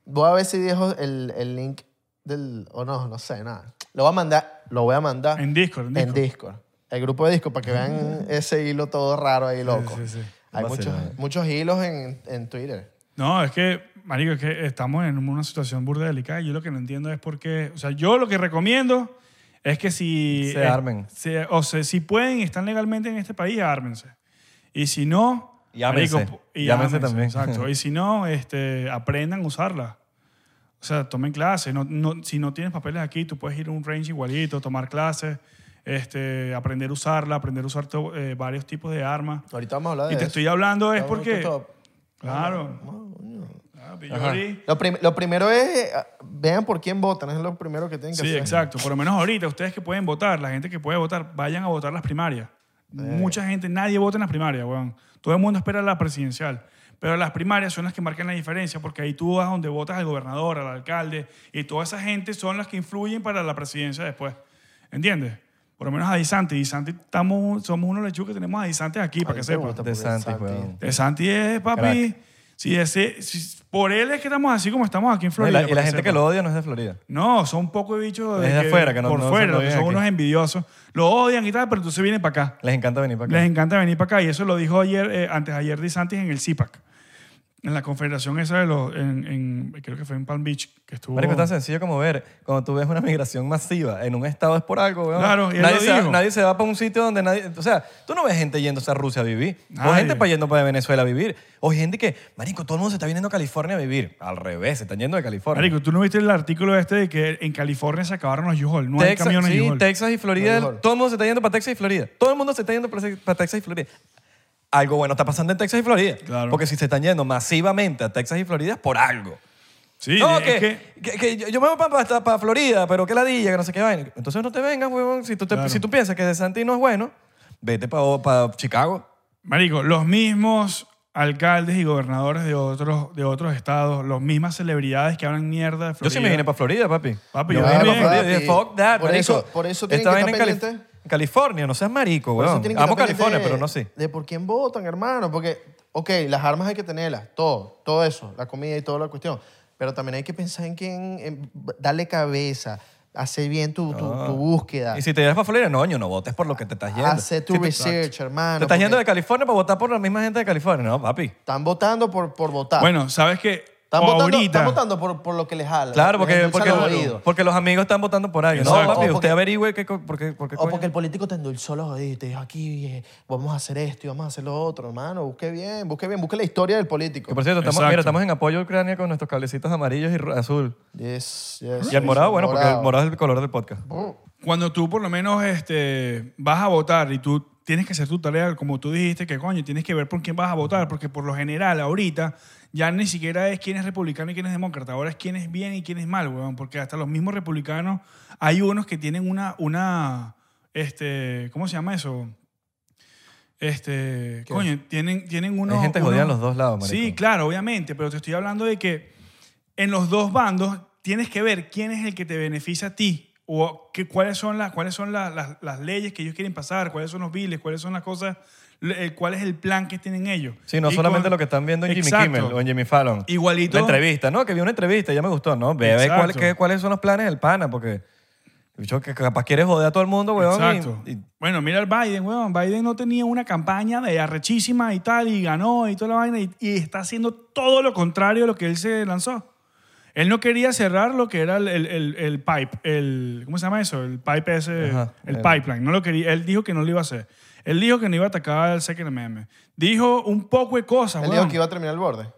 Voy a ver si dejo el, el link del. O no, no sé, nada. Lo voy a mandar, lo voy a mandar en Discord, en en Discord. Discord. El grupo de Discord, para que [LAUGHS] vean ese hilo todo raro ahí, loco. Sí, sí, sí. Hay muchos, Vacilada. muchos hilos en, en Twitter. No, es que, marico, es que estamos en una situación burda delicada y yo lo que no entiendo es por qué, o sea, yo lo que recomiendo es que si... Se eh, armen. se- o sea, si pueden y están legalmente en este país, ármense. Y si no... Y ámense. marico, y Y ámense ámense, también. Exacto. Y si no, este, aprendan a usarla. O sea, tomen clases. No, no- si no tienes papeles aquí, tú puedes ir a un range igualito, tomar clases, este, aprender a usarla, aprender a usar to- eh, varios tipos de armas. Ahorita vamos a hablar de Y te eso. estoy hablando es Vamos, porque... tú top. Claro. Ah, yo abrí- Lo, prim- lo primero es, eh, vean por quién votan, es lo primero que tienen que Sí, hacer. exacto. Por lo menos ahorita, ustedes que pueden votar, la gente que puede votar, vayan a votar las primarias. Mucha gente, nadie vota en las primarias, weón. Todo el mundo espera la presidencial. Pero las primarias son las que marcan la diferencia, porque ahí tú vas donde votas al gobernador, al alcalde, y toda esa gente son las que influyen para la presidencia después. ¿Entiendes? Por lo menos a Di Santi. Di Santi, estamos, somos unos lechugas que tenemos a Di Santi aquí, para Ay, que te sepan. gusta. De Santi, Santi. weón. De Santi es, papi. Crack. Si ese, si- por él es que estamos así como estamos aquí en No, Y Florida. la, y la para gente que sepan. lo odia no es de Florida. No, son poco de bichos de Es de afuera, que no- por no se fuera, lo que ven son aquí. unos envidiosos. Lo odian y tal, pero entonces vienen para acá. Les encanta venir para acá. Les encanta venir para acá y eso lo dijo ayer, eh, antes ayer Di Santis en el CIPAC. en la confederación esa de los, en, en- creo que fue en Palm Beach, que estuvo... Marico, es tan sencillo como ver, cuando tú ves una migración masiva en un estado es por algo, weón. Claro, y él nadie, lo se va, dijo. nadie se va para un sitio donde nadie... O sea, tú no ves gente yéndose a Rusia a vivir. O Nadie. gente para yendo para Venezuela a vivir. O gente que, marico, todo el mundo se está viniendo a California a vivir. Al revés, se están yendo de California. Marico, ¿tú no viste el artículo este de que en California se acabaron los U-Haul? No hay Texas, camiones sí, U-Haul. Texas y Florida, No, mejor. todo el mundo se está yendo para Texas y Florida. Todo el mundo se está yendo para para Texas y Florida. Algo bueno está pasando en Texas y Florida. Claro. Porque si se están yendo masivamente a Texas y Florida es por algo. Sí, no, es que, que... que- que yo, yo me voy para Florida, pero qué ladilla, que no sé qué vaina. Entonces no te vengas, huevón. Si tú, te- Claro. si tú piensas que De Santi no es bueno, vete para Chicago. Marico, los mismos alcaldes y gobernadores de otros, de otros estados, las mismas celebridades que hablan mierda de Yo Florida. sí me vine para Florida, papi. Papi, yo yo me vine también. para Florida. y dije, Papi, Fuck that, por marico. eso- por eso tienen Esta que vaina estar en Calif- pendientes. en California, no seas marico, Por eso huevón. tienen que Amo estar pendientes California, de- pero no así. De por quién votan, hermano. Porque, ok, las armas hay que tenerlas, todo, todo eso, la comida y toda la cuestión. Pero también hay que pensar en quién, en darle cabeza, hacer bien tu, tu- tu búsqueda, Ah. Y si te llevas para Florida, no, yo no votes por lo que te estás yendo. hacer tu Si te- research, hermano. Te estás yendo de porque California para votar por la misma gente de California. No, papi. Están votando por, por votar. Bueno, ¿sabes qué? están votando, ahorita, están votando por, por lo que les jala. les Claro, porque, endulza porque, los los, oídos. porque los amigos están votando por algo. No, Exacto. papi, O porque- usted averigüe qué, co- por qué, por qué O coño. porque el político te endulzó los oídos y te dijo aquí eh, vamos a hacer esto y vamos a hacer lo otro, hermano. Busque bien, busque bien, busque la historia del político. Que por cierto, estamos, Exacto. mira, estamos en apoyo a Ucrania con nuestros cablecitos amarillos y ro- azul. Yes, yes, Y el yes, morado, bueno, porque el morado es el color del podcast. cuando tú por lo menos este, vas a votar y tú tienes que hacer tu tarea, como tú dijiste, que coño, tienes que ver por quién vas a votar, porque por lo general ahorita ya ni siquiera es quién es republicano y quién es demócrata, ahora es quién es bien y quién es mal, weón, porque hasta los mismos republicanos hay unos que tienen una, una este, ¿cómo se llama eso? Este, coño, tienen, tienen unos... Hay gente jodida en unos- los dos lados, marico. Sí, claro, obviamente, pero te estoy hablando de que en los dos bandos tienes que ver quién es el que te beneficia a ti o que, cuáles son, las, cuáles son la- las, las leyes que ellos quieren pasar, cuáles son los biles, cuáles son las cosas, le- eh, cuál es el plan que tienen ellos. Sí, no Y solamente con- lo que están viendo en Jimmy Exacto. Kimmel o en Jimmy Fallon. Igualito. La entrevista, ¿no? Que vi una entrevista y ya me gustó, ¿no? Ve a ver Exacto. cuál- qué- cuáles son los planes del pana, porque yo que capaz quieres joder a todo el mundo, weón. y- Exacto. y- bueno, mira el Biden, weón. Biden no tenía una campaña de arrechísima y tal, y ganó y toda la vaina, y, y está haciendo todo lo contrario de lo que él se lanzó. Él no quería cerrar lo que era el, el- el- el pipe, el, ¿cómo se llama eso? El pipe ese, Ajá, el el- pipeline. No lo quería, él dijo que no lo iba a hacer. Él dijo que no iba a atacar al Second Amendment. Dijo un poco de cosas, Él weón. dijo que iba a terminar el borde.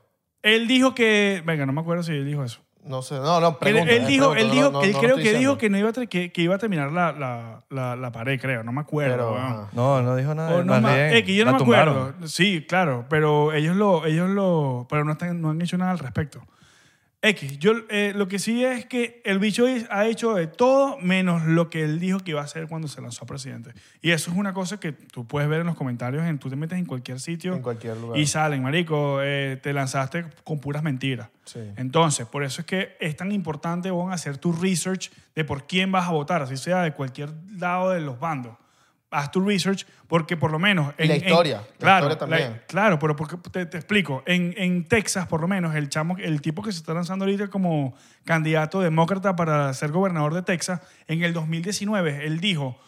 Él dijo que, venga, no me acuerdo si él dijo eso. No sé, no, no, Él, pregunta. él eh, dijo, pregunta, él no, dijo, no, él no creo estoy que dijo diciendo. que no iba a, tra- que, que iba a terminar la, la, la, la pared, creo. No me acuerdo. Pero, weón. ajá. No, no dijo nada. O no más ma- bien, eh, que yo no la me tumbaron. acuerdo. Sí, claro, pero ellos lo, ellos lo, pero no, están, no han hecho nada al respecto. X, yo eh, lo que sí es que el bicho ha hecho de todo menos lo que él dijo que iba a hacer cuando se lanzó a presidente. Y eso es una cosa que tú puedes ver en los comentarios, en, tú te metes en cualquier sitio En cualquier lugar. y salen, marico, eh, te lanzaste con puras mentiras. Sí. Entonces, por eso es que es tan importante, bon, hacer tu research de por quién vas a votar, así sea de cualquier lado de los bandos. Haz tu research porque por lo menos... Y la historia, la claro, historia también. claro, pero porque te, te explico. En, en Texas, por lo menos, el, chamo, el tipo que se está lanzando ahorita como candidato demócrata para ser gobernador de Texas, en el 2019, él dijo,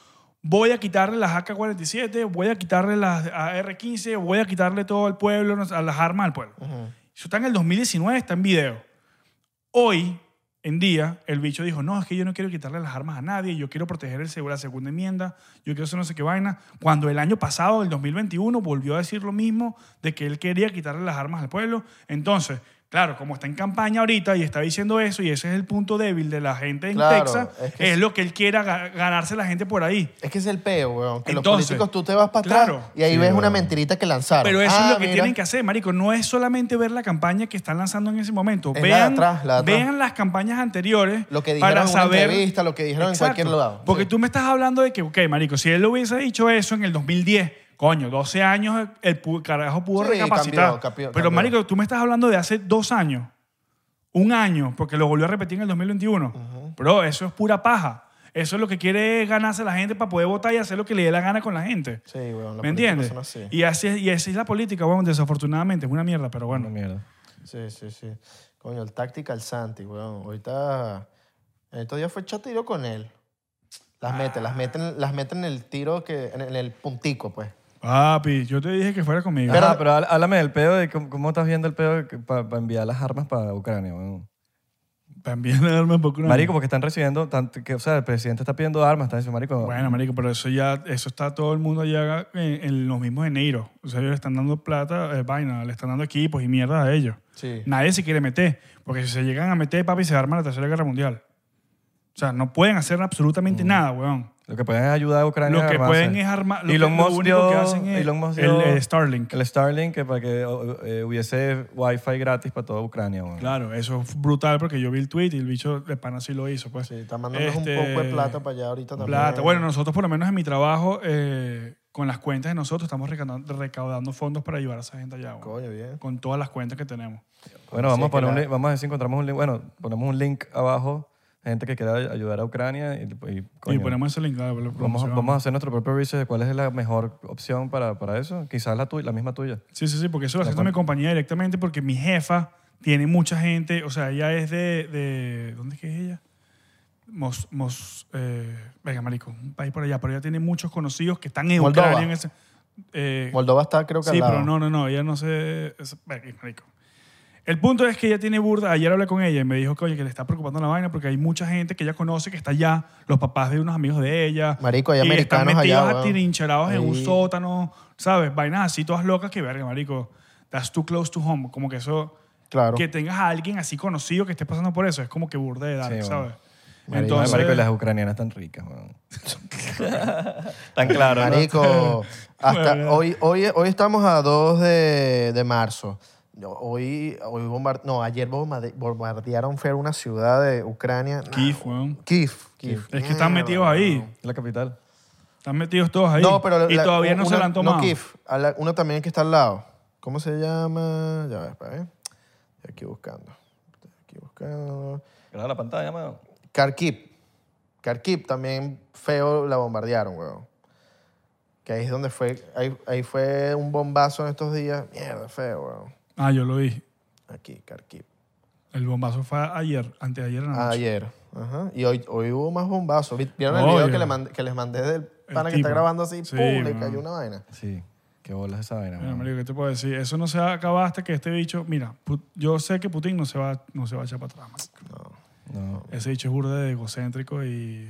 voy a quitarle las AK-47, voy a quitarle las AR-15, voy a quitarle todo al pueblo, no sé, a las armas al pueblo. Eso está en el 2019, está en video. Hoy en día, el bicho dijo, no, es que yo no quiero quitarle las armas a nadie, yo quiero proteger el seguro, la segunda enmienda, yo quiero hacer no sé qué vaina. Cuando el año pasado, el 2021, volvió a decir lo mismo de que él quería quitarle las armas al pueblo. Entonces, claro, como está en campaña ahorita y está diciendo eso, y ese es el punto débil de la gente en Claro, Texas, es es, que- lo que él quiera ga- ganarse la gente por ahí. Es que es el peo, weón. Que Entonces, los políticos tú te vas para atrás claro. y ahí Sí, ves una weón. mentirita que lanzaron. Pero eso Ah, es lo que mira. tienen que hacer, marico. No es solamente ver la campaña que están lanzando en ese momento. Es la de vean, atrás, la de atrás. vean las campañas anteriores Lo que dijeron para en una saber. entrevista, lo que dijeron en cualquier lado. Porque Sí. tú me estás hablando de que, ok, marico, si él lo hubiese dicho eso en el 2010, coño, 12 años, el pu- carajo pudo Sí, recapacitar. cambió, cambió, Pero, cambió. marico, tú me estás hablando de hace dos años. Un año, porque lo volvió a repetir en el 2021. Bro, eso es pura paja. Eso es lo que quiere es ganarse la gente para poder votar y hacer lo que le dé la gana con la gente. Sí, weón. los ¿Me políticos entiendes? son así. Y, así es- y esa es la política, bueno, desafortunadamente, es una mierda, pero Bueno, bueno. mierda. Sí, sí, sí. Coño, el Tactical Santi, weón. Ahorita. En estos días fue echar Ah. tiro con él. Las mete, las meten, las meten en el tiro que. En, en el puntico, pues. Papi, yo te dije que fuera conmigo. Pero, Pero- pero há- háblame del pedo, de cómo, cómo estás viendo el pedo para enviar las armas para Ucrania, weón. También [LAUGHS] le darme un poco una- Marico, porque están recibiendo, tanto que, o sea, el presidente está pidiendo armas, está diciendo, marico, Bueno, marico, pero eso ya, eso está todo el mundo allá en, en los mismos enero. O sea, ellos le están dando plata, eh, vaina, le están dando equipos y mierda a ellos. Sí. Nadie se quiere meter, porque si se llegan a meter, papi, se arma la Tercera Guerra Mundial. O sea, no pueden hacer absolutamente nada, weón. lo que Mm. pueden es ayudar a Ucrania Lo a que armarse. pueden es armar. Lo, que- Elon lo Musk único dio- que hacen es Elon Musk el, dio- eh, Starlink. El Starlink que para que o- eh, hubiese wifi gratis para toda Ucrania, weón. Claro, eso es brutal porque yo vi el tweet y el bicho de pana sí lo hizo, pues. Sí, está mandando un Este, poco de plata para allá ahorita también. Plata. Bueno, nosotros por lo menos en mi trabajo, eh, con las cuentas de nosotros, estamos recaudando, recaudando fondos para ayudar a esa gente allá, weón. Coño, bien. Con todas las cuentas que tenemos. Bueno, vamos es a que poner un la- link- vamos a ver si encontramos un link, bueno, ponemos un link abajo, gente que quiera ayudar a Ucrania y, y, coño, Y ponemos ese link. claro, lo Vamos, a- promocionamos. vamos a hacer nuestro propio research de cuál es la mejor opción para, para eso. Quizás la, tuya, la misma tuya. Sí, sí, sí, porque eso lo hace mi compañía directamente porque mi jefa tiene mucha gente, o sea, ella es de, de ¿dónde es que es ella? Mos, Mos- eh, venga, marico, un país por allá, pero ella tiene muchos conocidos que están en Moldova. Ucrania. En ese, eh, Moldova está, creo que al sí, lado. pero no, no, no, ella no se... es- venga, marico. El punto es que ella tiene burda, ayer hablé con ella y me dijo que, oye, que le está preocupando la vaina porque hay mucha gente que ella conoce que está allá, los papás de unos amigos de ella. Marico, hay y están americanos allá, metidos weón. atirincherados en un Ahí. sótano, ¿sabes? Vainas así todas locas que, verga, marico, that's too close to home. Como que eso, Claro. que tengas a alguien así conocido que esté pasando por eso, es como que burda de edad, Sí, weón. ¿sabes? Marico, Entonces, Entonces, marico, y las ucranianas tan ricas, weón. tan claro, ¿no? [LAUGHS] Marico, hasta Bueno. hoy, hoy, hoy estamos a 2 de, de marzo. Yo- Hoy, hoy bombar- no, ayer bombarde- bombardearon fue una ciudad de Ucrania. Nah, Kiev, weón. Kiev. Es que están metidos ahí, Es la capital. están metidos todos ahí. No, pero y la- todavía no se una- la han tomado. No Kiev, a la- uno también que está al lado. ¿Cómo se llama? Ya ves, para ver. Estoy Aquí buscando. Estoy Aquí buscando. Claro, la pantalla, mano. Kharkiv. Kharkiv también feo la bombardearon, weón. Que ahí es donde fue, ahí, ahí fue un bombazo en estos días. Mierda, feo, weón. Ah, yo lo vi. Aquí, Kharkiv. Ah, El bombazo fue ayer, anteayer en la noche. Ayer. Ajá. Y hoy, hoy hubo más bombazos. ¿Vi- ¿Vieron el Obvio. video que, le mandé- que les mandé del pana que tipo. está grabando así? Sí, ¡Pum! Le weón. cayó una vaina. Sí, qué bolas esa vaina, Mira, weón. marico, ¿qué te puedo decir? Eso no se va a acabar hasta que este bicho... Mira, Pu- yo sé que Putin no se va, no se va a echar para atrás, marico. No. Ese bicho es burda de egocéntrico y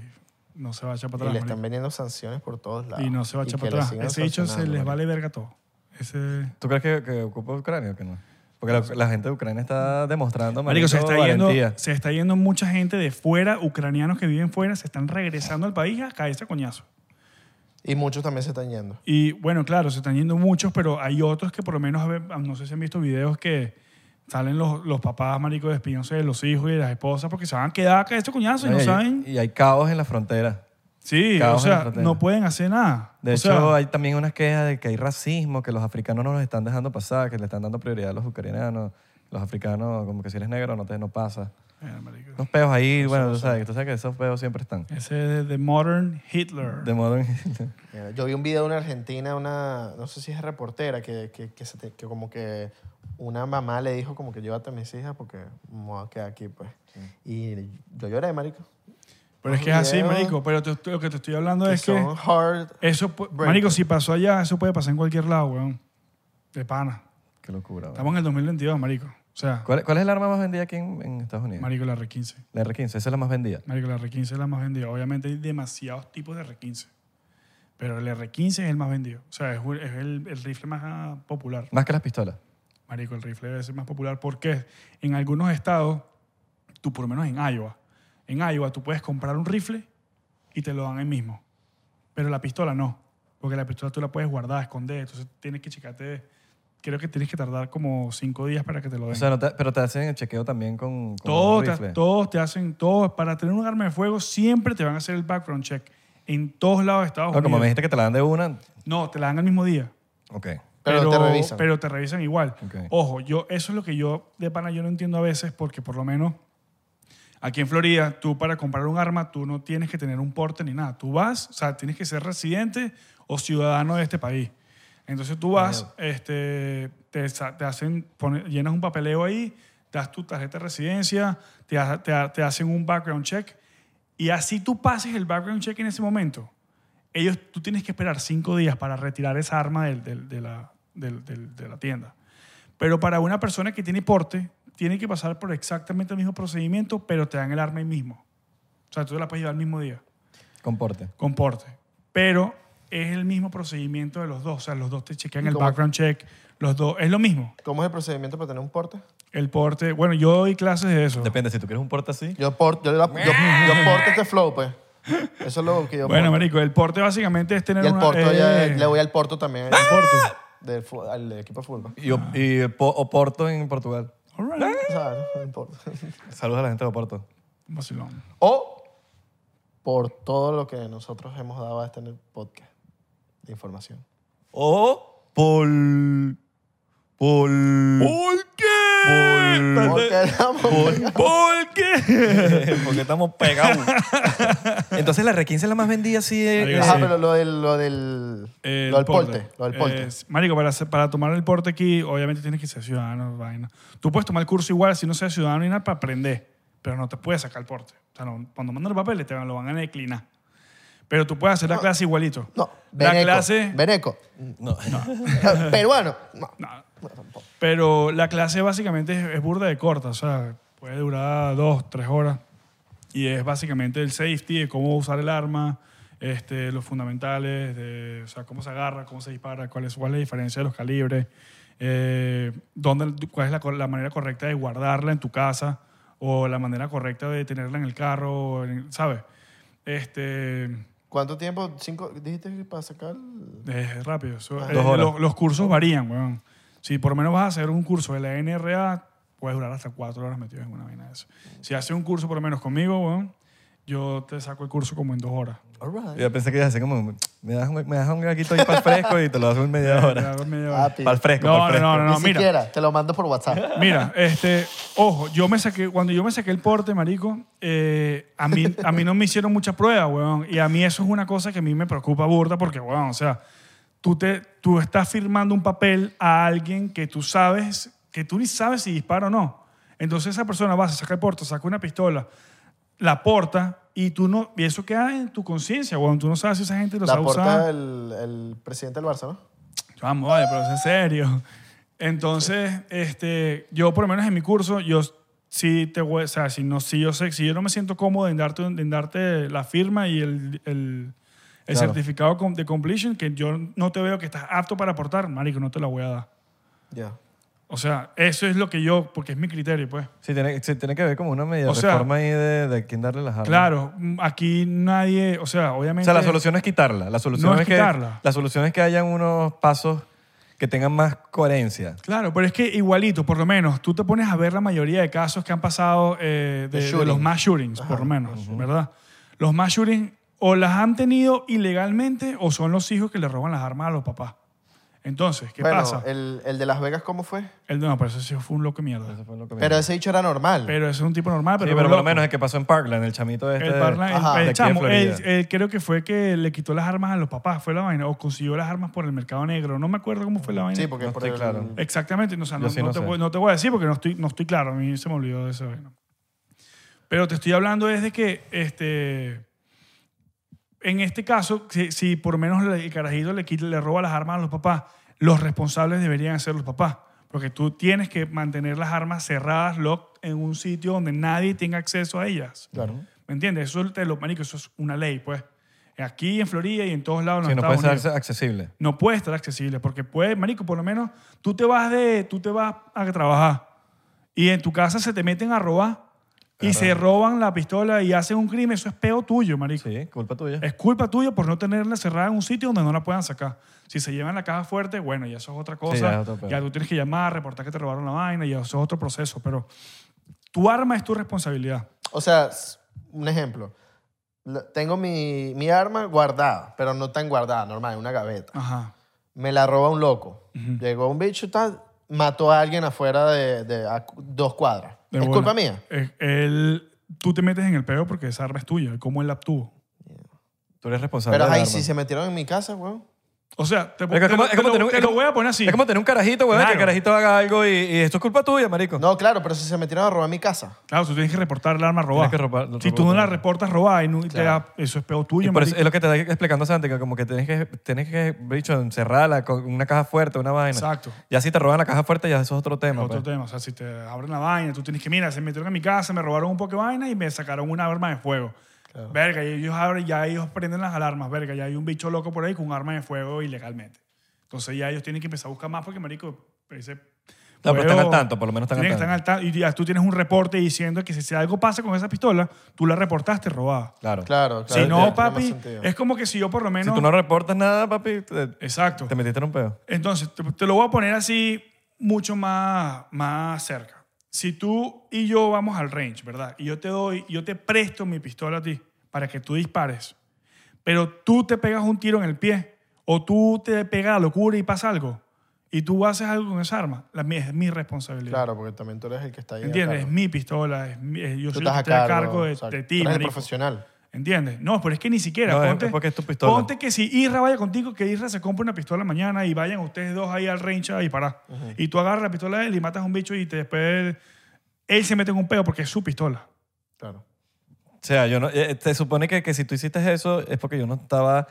no se va a echar y para le atrás, están marico. vendiendo sanciones por todos lados. Y no se va a echar que para le atrás. siguen Ese bicho se sancionando, les marico. vale verga todo. Ese... ¿Tú crees que, que ocupa Ucrania o que no? Porque la, la gente de Ucrania está demostrando, marico, Marico, se está, yendo, valentía. se está yendo mucha gente de fuera, ucranianos que viven fuera, se están regresando al país a caerse a coñazo. Y muchos también se están yendo. Y bueno, claro, se están yendo muchos, pero hay otros que por lo menos, a ver, no sé si han visto videos que salen los, los papás, marico, despidiéndose de los hijos y de las esposas porque se van a quedar acá este coñazo y no Oye, saben. Y hay caos en la frontera. Sí, o caos en la sea, frontera. no pueden hacer nada. De O hecho, sea, hay también unas quejas de que hay racismo, que los africanos no nos están dejando pasar, que le están dando prioridad a los ucranianos. Los africanos, como que si eres negro, no te no pasa. mira, marico, Unos peos ahí, bueno, tú sabes, tú sabes que esos peos siempre están. Ese es de Modern Hitler. De modo en- Mira, yo vi un video de una argentina, una, no sé si es reportera, que, que, que, se te- que como que una mamá le dijo como que llévate a mis hijas porque me voy a quedar aquí, pues. Y yo lloré, marico. Mm. pero es que es unos así, videos marico. Pero te- lo que te estoy hablando Que es que... son hard. Eso, pu- Breaker. marico, si pasó allá, eso puede pasar en cualquier lado, weón. De pana. [LAUGHS] Qué locura. bro. Estamos en el 2022, marico. O sea, ¿Cuál, cuál es el arma más vendida aquí en, en Estados Unidos? marico, la R15. La R-15, esa es la más vendida. Marico, la R15 es la más vendida. Obviamente hay demasiados tipos de R15. Pero el R15 es el más vendido. O sea, es, un- es el, el rifle más ah, popular. Más que las pistolas. Marico, el rifle debe ser más popular porque en algunos estados, tú por lo menos en Iowa, en Iowa tú puedes comprar un rifle y te lo dan ahí mismo. Pero la pistola no, porque la pistola tú la puedes guardar, esconder, entonces tienes que checarte, creo que tienes que tardar como cinco días para que te lo den. O sea, no te- pero te hacen el chequeo también con, con todos, los te, rifles. todos te hacen, todos, para tener un arma de fuego siempre te van a hacer el background check en todos lados de Estados No, como me Unidos. dijiste que te la dan de una, No, te la dan el mismo día. ok. Pero te revisan. pero te revisan igual. Ok. Ojo, yo, eso es lo que yo de pana yo no entiendo a veces porque por lo menos aquí en Florida, tú para comprar un arma, tú no tienes que tener un porte ni nada. Tú vas, o sea, tienes que ser residente o ciudadano de este país. Entonces tú vas, este, te, sa- te hacen, pone- llenas un papeleo ahí, das tu tarjeta de residencia, te, ha- te ha- te hacen un background check y así tú pases el background check en ese momento ellos, tú tienes que esperar cinco días para retirar esa arma del- del- de, la, del- del- de la tienda. Pero para una persona que tiene porte, tiene que pasar por exactamente el mismo procedimiento, pero te dan el arma ahí mismo. O sea, tú te la puedes llevar el mismo día Comporte. con porte. Pero es el mismo procedimiento de los dos. O sea, los dos te chequean ¿Y el cómo? background check. Los dos, es lo mismo. ¿Cómo es el procedimiento para tener un porte? El porte, bueno, yo doy clases de eso. Depende, si tú quieres un porte así. Yo, por, yo, [LAUGHS] la- yo, yo porte este flow, pues. Eso es lo que yo Bueno, porto. marico, el porte básicamente es tener Y el una- porto, eh, ya- le voy al porto también. el porte. Del, fu- al equipo de fútbol. pues. Y, Ah. o- y eh, po- Oporto en Portugal. All right. ¿Sabes? El porto. Saludos a la gente de Oporto. Vacilón. [LAUGHS] O por todo lo que nosotros hemos dado a este podcast de información. O por... Por... ¿Por qué? Por- Porque éramos- ¿Por qué? [LAUGHS] Porque estamos pegados. Entonces la R15 es la más vendida así eh, de... Marico, Ajá, sí. Ah, pero lo del, lo del, El lo del porte. Lo del porte. Es- marico, para, hacer- para tomar el porte aquí, obviamente tienes que ser ciudadano. Vaina. Tú puedes tomar el curso igual si no seas ciudadano ni nada para aprender, pero no te puedes sacar el porte. O sea, no- cuando mandan los papeles te van- lo van a declinar. Pero tú puedes hacer la clase igualito. no, la Beneco. clase. Beneco. [LAUGHS] eh, No. Peruano. No. No. Pero la clase básicamente es, es burda de corta, o sea, puede durar dos, tres horas. Y es básicamente el safety, de cómo usar el arma, este, los fundamentales, de, o sea, cómo se agarra, cómo se dispara, cuál es, cuál es la diferencia de los calibres, eh, dónde, cuál es la, co- la manera correcta de guardarla en tu casa o la manera correcta de tenerla en el carro, o en- ¿sabes? Este, ¿Cuánto tiempo? Cinco, dijiste que para sacar. el- es rápido. Eso- Ajá. eh, Dos horas. Los, los cursos varían, weón. Si por lo menos vas a hacer un curso de la NRA, puedes durar hasta cuatro horas metido en una vaina de eso. Si haces un curso por lo menos conmigo, weón, yo te saco el curso como en dos [LAUGHS] horas. All right. Yo pensé que ibas a hacer como... Me das, un- me das un graquito ahí para el fresco y te lo hago en media Te hora. hago media hora. Papi. Para el fresco, No, para el no, fresco. no, no, Ni mira. siquiera, te lo mando por [LAUGHS] WhatsApp. Mira, este, ojo, yo me saqué, cuando yo me saqué el porte, marico, eh, a, mí, a mí no me hicieron muchas pruebas, weón. Y a mí eso es una cosa que a mí me preocupa burda porque, weón, o sea, tú, te, tú estás firmando un papel a alguien que tú sabes, que tú ni sabes si dispara o no. Entonces esa persona va, se saca el porte, saca una pistola, la porta y tú no, y eso queda en tu conciencia, weón. Tú no sabes si esa gente lo La sabe usar. porta del el presidente del Barça, ¿no? Vamos, vale, pero es en serio. Entonces, este, yo por lo menos en mi curso, yo sí te voy, o sea, si no, si yo sé, si yo no me siento cómodo en darte, en darte la firma y el, el, el Claro. certificado com- de completion, que yo no te veo que estás apto para aportar, marico, no te la voy a dar. Ya. O sea, eso es lo que yo, porque es mi criterio, pues. Sí, tiene, sí, tiene que ver como una media O sea, reforma ahí de, de quién darle las armas. Claro, mm, aquí nadie, o sea, O obviamente. sea, la solución es quitarla. La solución No es es, que, quitarla. La solución es que hayan unos pasos que tengan más coherencia. Claro, pero es que igualito, por lo menos, tú te pones a ver la mayoría de casos que han pasado eh, de, De de shooting. los mass shootings, por lo menos, ¿verdad? Los mass shootings o las han tenido ilegalmente o son los hijos que le roban las armas a los papás. Entonces, ¿qué bueno, pasa? El... El, el de Las Vegas, ¿cómo fue? de- no, pero ese sí fue un loco de mierda. Eso fue lo que me- Pero ese dicho era normal. Pero ese es un tipo normal, Sí, pero, pero, era por lo loco. menos el que pasó en Parkland, el chamito este. El, parla- el- Ajá. el De aquí de chamo, Florida. el- el creo que fue que le quitó las armas a los papás, fue la vaina, o consiguió las armas por el mercado negro, no me acuerdo cómo fue la vaina. sí, porque No por estoy el- claro. Exactamente, no, o sea, Yo no, sí no no te sé. voy, no te voy a decir porque no estoy, no estoy claro, a mí se me olvidó de eso. bueno. Pero te estoy hablando desde que, este, en este caso, si, si por lo menos el carajito le, quita, le roba las armas a los papás, los responsables deberían ser los papás. Porque tú tienes que mantener las armas cerradas, locked, en un sitio donde nadie tenga acceso a ellas. Claro. ¿Me entiendes? Eso te lo manico, eso es una ley, pues. Aquí en Florida y en todos lados. Sí, en los no Estados puede ser Unidos acce- accesible. no puede estar accesible porque puede, marico, por lo menos tú te vas de tú te vas a trabajar y en tu casa se te meten a robar y se roban la pistola y hacen un crimen, eso es peo tuyo, marico. Sí, culpa tuya. Es culpa tuya por no tenerla cerrada en un sitio donde no la puedan sacar. Si se llevan la caja fuerte, bueno, ya eso es otra cosa. ya es ya, otro peo. tú tienes que llamar, reportar que te robaron la vaina, ya eso es otro proceso, pero tu arma es tu responsabilidad. O sea, s- un ejemplo. La- Tengo mi, mi arma guardada, pero no tan guardada, normal, en una gaveta. Ajá. Me la roba un loco. Llegó un bicho, tal, mató a alguien afuera de, de- a cu- dos cuadras. De es buena. culpa mía. Eh, él- tú te metes en el peo porque esa arma es tuya, y cómo él la obtuvo. Tú eres responsable. Pero del ahí arma. si se metieron en mi casa, weón. O sea, te, Es que te- es como- te es como lo- tener un- te es lo como- voy a poner así. Es como tener un carajito, weón, que Claro. el carajito haga algo y, y esto es culpa tuya, marico. No, claro, pero si se metieron a robar mi casa. Claro, tú tienes que reportar el arma robada. Tienes que robar- si tú no la reportas robada, y no- y te da- eso es peor Y tuyo. por eso marico. es lo que te estaba explicando antes, que como que tienes que, tienes que bicho, encerrarla con una caja fuerte, una vaina. Exacto. Ya si te roban la caja fuerte, ya eso es otro tema. Otro pues. tema. O sea, si te abren la vaina, tú tienes que, mira, se metieron en mi casa, me robaron un poco de vaina y me sacaron una arma de fuego. Verga, y ellos abren, ya ellos prenden las alarmas, verga, ya hay un bicho loco por ahí con un arma de fuego ilegalmente. Entonces ya ellos tienen que empezar a buscar más porque, marico, ese No, pero están al fuego- tanto, por lo menos están al tienen que tanto. estar al tanto. Y ya tú tienes un reporte diciendo que si- si algo pasa con esa pistola, tú la reportaste robada. Claro. Claro, claro. Si tiene no, más papi, sentido. es como que Eh, si yo por lo Si menos... tú no reportas nada, papi, te, Exacto. te metiste en un pedo. Entonces, te, te lo voy a poner así mucho más, más cerca. Si tú y yo vamos al range, ¿verdad? Y yo te doy, yo te presto mi pistola a ti para que tú dispares, pero tú te pegas un tiro en el pie o tú te pegas a locura y pasa algo y tú haces algo con esa arma, la, mía- es mi responsabilidad. Claro, porque también tú eres el que está ahí. a ¿Entiendes? cargo. Es mi pistola, es mi- es- yo Tú soy el estás a que estoy a cargo, cargo de, exacto. de Tú ti, eres el marico. profesional. ¿Entiendes? No, pero es que ni siquiera. No, es- ponte, es porque es tu pistola. ponte que si Isra vaya contigo, que Isra se compre una pistola mañana y vayan ustedes dos ahí al range a disparar. Y tú agarras la pistola de él y matas a un bicho y te- después él se mete en un pedo porque es su pistola. Claro. O sea, yo no, eh, te supone que, que si tú hiciste eso es porque yo no estaba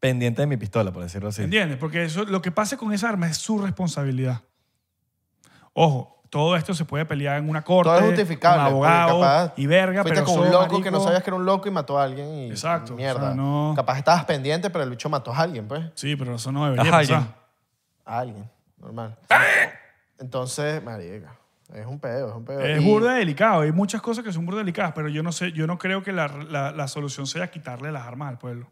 pendiente de mi pistola, por decirlo así. ¿Entiendes? Porque eso, lo que pase con esa arma es su responsabilidad. Ojo, todo esto se puede pelear en una corte, Todo es justificable. con porque abogado capaz y verga, fuiste pero con un eso, loco que no marico, sabías que era un loco y mató a alguien. Y, Exacto, Mierda. o sea, no- Capaz estabas pendiente, pero el bicho mató a alguien, pues. Sí, pero eso no debería Ajá, pasar. alguien. A alguien. Normal. Entonces, marica. Es un pedo, es un pedo. Es Y- burda delicado, hay muchas cosas que son burda delicadas, pero yo no sé, yo no creo que la, la- la solución sea quitarle las armas al pueblo.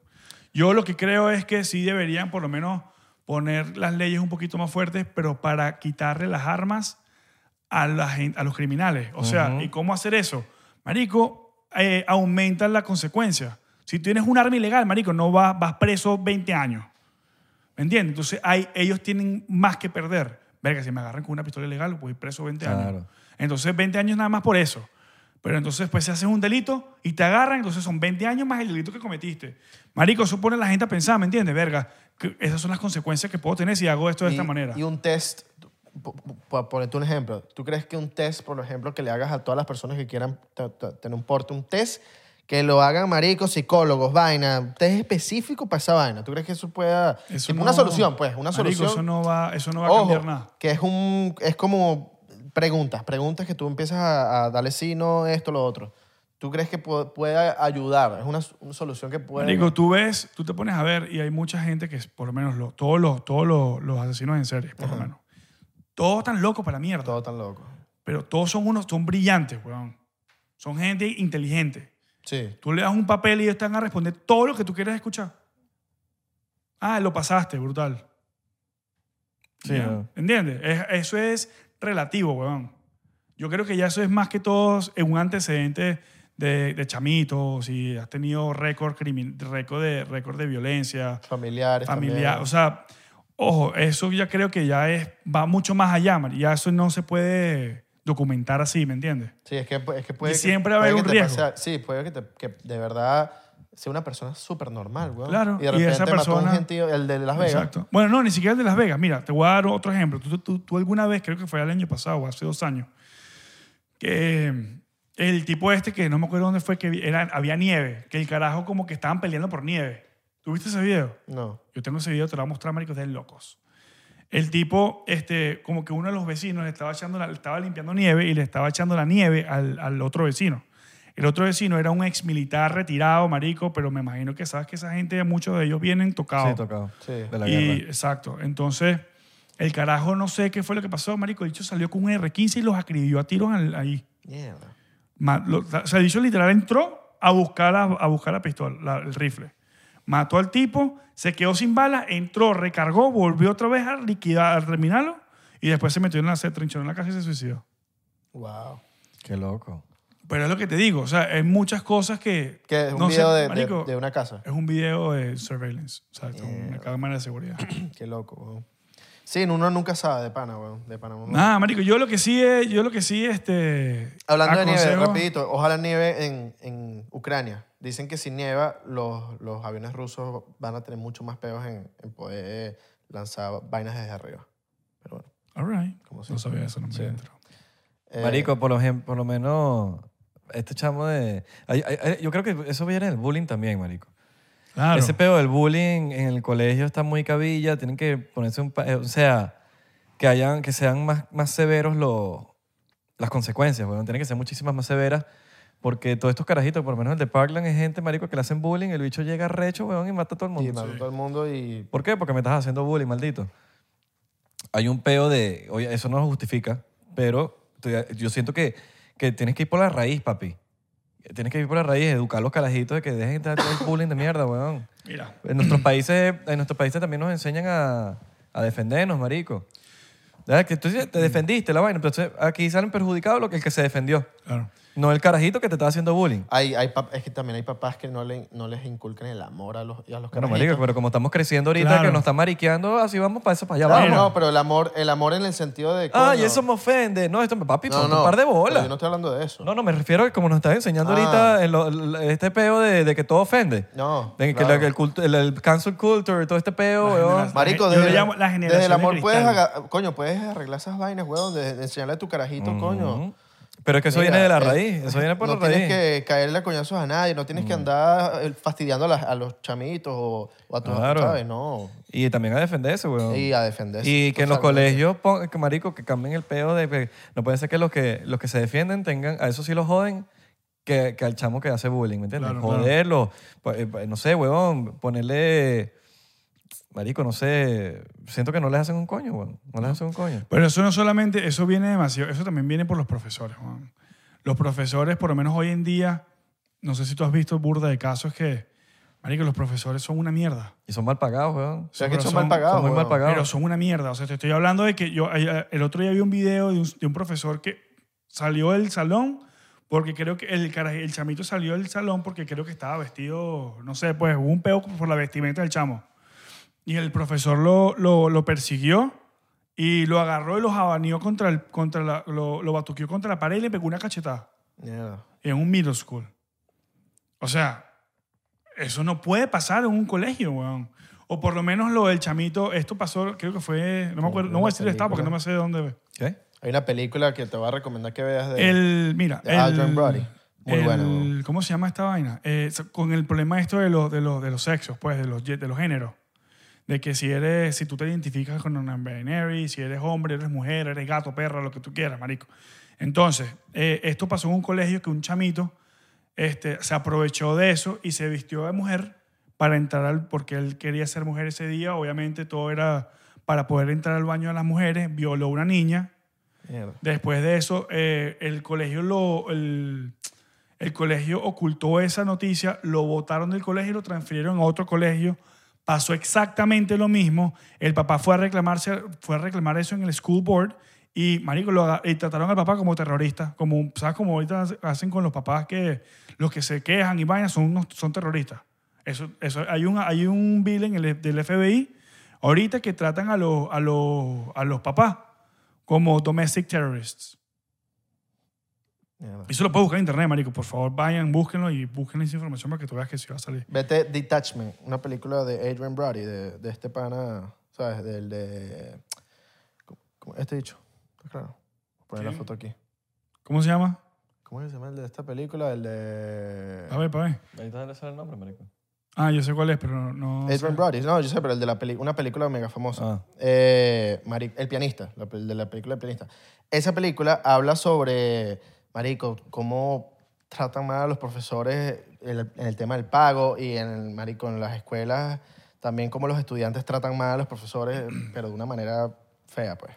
Yo lo que creo es que sí deberían por lo menos poner las leyes un poquito más fuertes, pero para quitarle las armas a, la gen- a los criminales. O sea, ¿y cómo hacer eso? Marico, eh, aumenta la consecuencia. Si tienes un arma ilegal, marico, no vas, vas preso 20 años. ¿Me entiendes? Entonces hay, ellos tienen más que perder. Verga, si me agarran con una pistola ilegal, voy preso 20 años. Claro. Entonces 20 años nada más por eso. Pero entonces pues se haces un delito y te agarran, entonces son 20 años más el delito que cometiste. Marico, eso pone a la gente a pensar, ¿me entiendes? Verga, que esas son las consecuencias que puedo tener si hago esto de y- esta manera. Y un test, po- po- para ponerte un ejemplo, ¿tú crees que un test, por ejemplo, que le hagas a todas las personas que quieran t- t- tener un porte, un test que lo hagan maricos, psicólogos, vaina, un test específico para esa vaina? ¿Tú crees que eso pueda... Eso tipo, no- una solución, pues, una Marico, solución. eso no va, eso no va a Ojo, cambiar nada. que es, un, es como preguntas, preguntas que tú empiezas a, a darle sí, no, esto, lo otro. ¿Tú crees que pu- pueda ayudar? Es una, una solución que puede... Marico, tú ves, tú te pones a ver y hay mucha gente que, es, por lo menos, los- todos, los, todos los, los asesinos en serie, por lo menos. Todos están locos para la mierda. Todo tan loco. Pero todos son unos, son brillantes, weón. Son gente inteligente. Sí. Tú le das un papel y ellos están a responder todo lo que tú quieres escuchar. Ah, lo pasaste, brutal. Sí, ¿Ya? ¿no? ¿Entiendes? Es- eso es relativo, weón. Yo creo que ya eso es más que todo en un antecedente de, de chamito, si has tenido récord, crimin- récord, de, récord de violencia, Familiares familiar. también. O sea, ojo, eso ya creo que ya es, va mucho más allá, man. ya eso no se puede documentar así, ¿me entiendes? Sí, es que, pues, es que puede Y que- siempre va a puede haber que un te pase riesgo. a- sí, puede que, te- que de verdad sea una persona súper normal, güey. Claro, Y de y repente esa mató a un persona- gentío, el de Las Vegas. Exacto. Bueno, no, ni siquiera el de Las Vegas. Mira, te voy a dar otro ejemplo. Tú, tú- tú alguna vez, creo que fue el año pasado o hace dos años, que eh, el tipo este, que no me acuerdo dónde fue, que era, había nieve, que el carajo como que estaban peleando por nieve. ¿Tuviste ese video? No. Yo tengo ese video, te lo voy a mostrar, marico, es de locos. El tipo, este, como que uno de los vecinos le estaba, echando la- le estaba limpiando nieve y le estaba echando la nieve al, al otro vecino. El otro vecino era un ex militar retirado, marico, pero me imagino que sabes que esa gente, muchos de ellos vienen tocados. Sí, tocado. Sí. De la Y, guerra. exacto. Entonces, el carajo no sé qué fue lo que pasó, marico. El dicho salió con un R15 y los acribilló a tiros al- ahí. Mierda. Ma- lo- o sea, el dicho literal entró a buscar, la- a buscar la pistola, la- el rifle. Mató al tipo, se quedó sin balas, entró, recargó, volvió otra vez a liquidar, a terminarlo y después se metió en la se trinchó en la casa y se suicidó. Wow. Qué loco. Pero es lo que te digo, o sea, hay muchas cosas que... Que es un Eh, no sé, video de, de- marico, de una casa. [CLEARS THROAT] Es un video de surveillance, o sea, con una cámara de seguridad. Qué loco, güey. Sí, uno nunca sabe de pana, weón. De pana. uno nunca- Nada, marico, yo lo que sí es, yo lo que sí, este... Hablando de nieve, aconsejo- rapidito, ojalá nieve en, en Ucrania. Dicen que si nieva, los, los aviones rusos van a tener mucho más peos en, en poder lanzar vainas desde arriba. Pero bueno, All right. como si... No sabía eso, no me Sí. entro. Eh, Marico, por, lo ejem- por lo menos, este chamo de... ay, ay, ay, yo creo que eso viene del bullying también, marico. Claro. Ese pedo del bullying en el colegio está muy cabilla, tienen que ponerse un... pa- eh, O sea, que, hayan, que sean más, más severos los las consecuencias, weón. Tienen que ser muchísimas más severas porque todos estos carajitos, por lo menos el de Parkland, es gente, marico, que le hacen bullying, el bicho llega recho, weón, y mata a todo el mundo. Y mandó todo el mundo y... ¿Por qué? Porque me estás haciendo bullying, maldito. Hay un peo de, oye, eso no lo justifica, pero estoy- yo siento que, que tienes que ir por la raíz, papi. Tienes que ir por la raíz, educar a los carajitos de que dejen de hacer el bullying de mierda, weón. Mira, En nuestros países, en nuestros países también nos enseñan a, a defendernos, marico. Ya, Que tú dices, te defendiste la vaina, pero entonces aquí salen perjudicados los que- el que se defendió, claro. no el carajito que te está haciendo bullying. Hay, hay pap- es que también hay papás que no, le, no les inculcan el amor a los, y a los Bueno, carajitos. marico, pero como estamos creciendo ahorita, Claro. que nos está mariqueando, así vamos para eso, para allá. Claro, vamos. no, pero el amor, el amor en el sentido de... Ah, y coño, eso me ofende. No, esto me papi, no, ponte no, un par de pero bolas. Yo no estoy hablando de eso. No, no, me refiero a que como nos estás enseñando Ah. ahorita en lo- l- este peo de, de que todo ofende. No, De que claro. la- el, cultu- el- el cancel culture, todo este peo, weón. generación. Marico, Yo desde, le llamo la desde generación el de amor puedes, cristal. aga- coño, puedes arreglar esas vainas, weón, de, de enseñarle a tu carajito, coño. Ujú. Pero es que eso Mira, viene de la eh, raíz. Eso viene por no la raíz. Mm. tienes que caerle a coñazos a nadie, no tienes que andar eh, fastidiando a, las- a los chamitos o, o a tus Claro. ¿sabes? No. Y también a defenderse, weón. Y a defenderse. Y que en los totalmente. colegios, pon- que, marico, que cambien el peo de... que No puede ser que los que, los que se defienden tengan... A eso sí los joden que, que al chamo que hace bullying, ¿me entiendes? Claro, Joderlo. po- eh, po- No sé, huevón, ponerle... Marico, no sé... Siento que no les hacen un coño, huevón. No les hacen un coño. Pero eso no solamente, eso viene demasiado, eso también viene por los profesores, Juan. Los profesores, por lo menos hoy en día, no sé si tú has visto burda de casos que, marico, los profesores son una mierda. Y son mal pagados, huevón. O sea, que Pero son son- mal pagados. son muy mal weón. pagados. Claro. Pero son una mierda. O sea, te estoy hablando de que yo eh, el otro día vi un video de un, de un profesor que salió del salón porque creo que el, cara- el chamito salió del salón porque creo que estaba vestido, no sé, pues hubo un peo por la vestimenta del chamo. Y el profesor lo, lo, lo persiguió y lo agarró y lo jabaneó contra el, contra la, lo, lo batuqueó contra la pared y le pegó una cachetada Mierda. en un middle school. O sea, eso no puede pasar en un colegio, weón. O por lo menos lo del chamito, esto pasó, creo que fue, no me acuerdo, no voy a decir el estado porque no me sé de dónde. ¿Qué? Hay una película que te voy a recomendar que veas de... El, mira, de Adrian el, Brody. Muy el- bueno, weón. ¿Cómo se llama esta vaina? Eh, con el problema esto de los, de los, de los sexos, pues, de los, de los géneros. De que si eres, si tú te identificas con un non-binary, si eres hombre, eres mujer, eres gato, perra, lo que tú quieras, marico. Entonces, eh, esto pasó en un colegio que un chamito este, se aprovechó de eso y se vistió de mujer para entrar al, porque él quería ser mujer ese día, obviamente todo era para poder entrar al baño de las mujeres, violó a una niña, Mierda. Después de eso, eh, el colegio lo. El, el colegio ocultó esa noticia, lo votaron del colegio y lo transfirieron a otro colegio. Pasó exactamente lo mismo. El papá fue a reclamarse, fue a reclamar eso en el school board y, marico, lo aga- y trataron al papá como terrorista. Como, un- ¿Sabes cómo ahorita hace- hacen con los papás que los que se quejan y vainas son, unos- son terroristas? Eso, eso, hay, un, hay un bill en el, del FBI ahorita que tratan a los, a los, a los papás como domestic terrorists. Mierda. Eso lo puedes buscar en internet, marico. Por favor, vayan, búsquenlo y busquen esa información para que tú veas que sí va a salir. Vete Detachment, una película de Adrian Brody, de, de este pana, ¿sabes? Del de... ¿cómo- cómo- Este dicho, Está claro. Voy a poner la Sí. foto aquí. ¿Cómo se llama? ¿Cómo es que se llama el de esta película? El de... A ver, pa' ver. Ahí te sale el nombre, marico. Ah, yo sé cuál es, pero no- no... sé. Adrian Brody, no, yo sé, pero el de la peli una película mega famosa. Ah. Eh, mari- el pianista, la pel- de la película El pianista. Esa película habla sobre, marico, cómo tratan mal a los profesores en el, en el tema del pago y en, el- marico, en las escuelas también cómo los estudiantes tratan mal a los profesores, [CLEARS THROAT] pero de una manera fea, pues.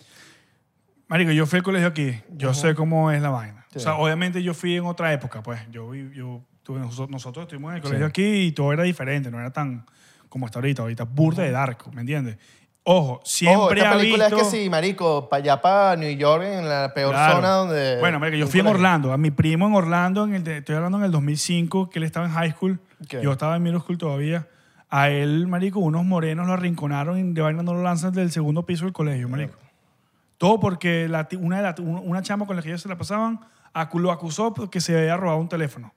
Marico, yo fui al colegio aquí. Yo sé cómo es la vaina. Sí. O sea, obviamente yo fui en otra época, pues. Yo, vi- yo tuve- noso- nosotros estuvimos en el Sí. colegio aquí y todo era diferente. No era tan como está ahorita. Ahorita es burda de dark, ¿me entiendes? Ojo, siempre Ojo, esta ha película visto... es que sí, marico, para allá, para New York, en la peor Claro. zona donde... Bueno, marico, yo fui en Nunca la- Orlando. A mi primo en Orlando, en el de- estoy hablando en el 2005, que él estaba en high school. Ok. Yo estaba en middle school todavía. A él, marico, unos morenos lo arrinconaron y de vaina no lo lanzan del segundo piso del colegio, marico. Todo porque la ti- una, de la- un- una chama con la que ellos se la pasaban acu- lo acusó porque se había robado un teléfono.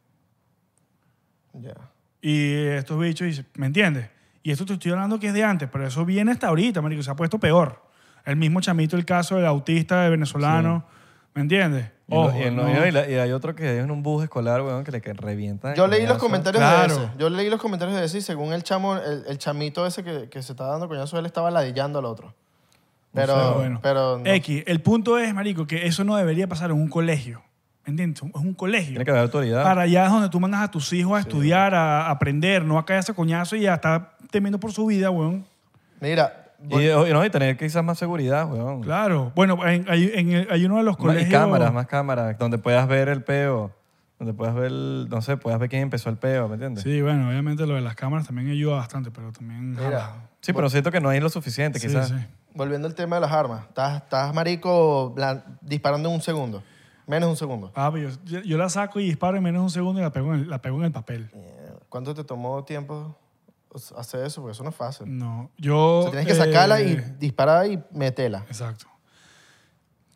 Ya. Y estos bichos dicen, ¿me entiendes? Y esto te estoy hablando que es de antes, pero eso viene hasta ahorita, marico. Se ha puesto peor. El mismo chamito, el caso del autista, del venezolano. ¿Me entiendes? Y en lo- Ojo, y, en lo- no. y la- y hay otro que es en un bus escolar, weón, que le que revienta. Yo leí los comentarios Claro. de ese. Yo leí los comentarios de ese y según el chamo, el, el chamito ese que, que se estaba dando coñazo, él estaba ladillando al otro. Pero, Pero bueno. pero no. X, el punto es, marico, que eso no debería pasar en un colegio. ¿Me entiendes? Es un colegio. Tiene que haber autoridad. Para allá es donde tú mandas a tus hijos a estudiar, a aprender, no a caerse a coñazo y a estar temiendo por su vida, weón. mira, Y, voy- y no, y tener quizás más seguridad, weón. Claro. Bueno, en- hay, en el- hay uno de los Ma- colegios... Y cámaras, más cámaras, donde puedas ver el peo, donde puedas ver, el- no sé, puedas ver quién empezó el peo, ¿me entiendes? Sí, bueno, obviamente lo de las cámaras también ayuda bastante, pero también... mira, Sí, pero siento que no hay lo suficiente, Sí, quizás. sí. volviendo al tema de las armas. Estás, estás marico la- disparando en un segundo. Menos de un segundo. Papi, yo, yo la saco y disparo en menos de un segundo y la pego en el, la pego en el papel. Mierda. ¿Cuánto te tomó tiempo hacer eso? Porque eso no es fácil. No, yo... O sea, tienes que eh, sacarla y disparar y meterla. Exacto.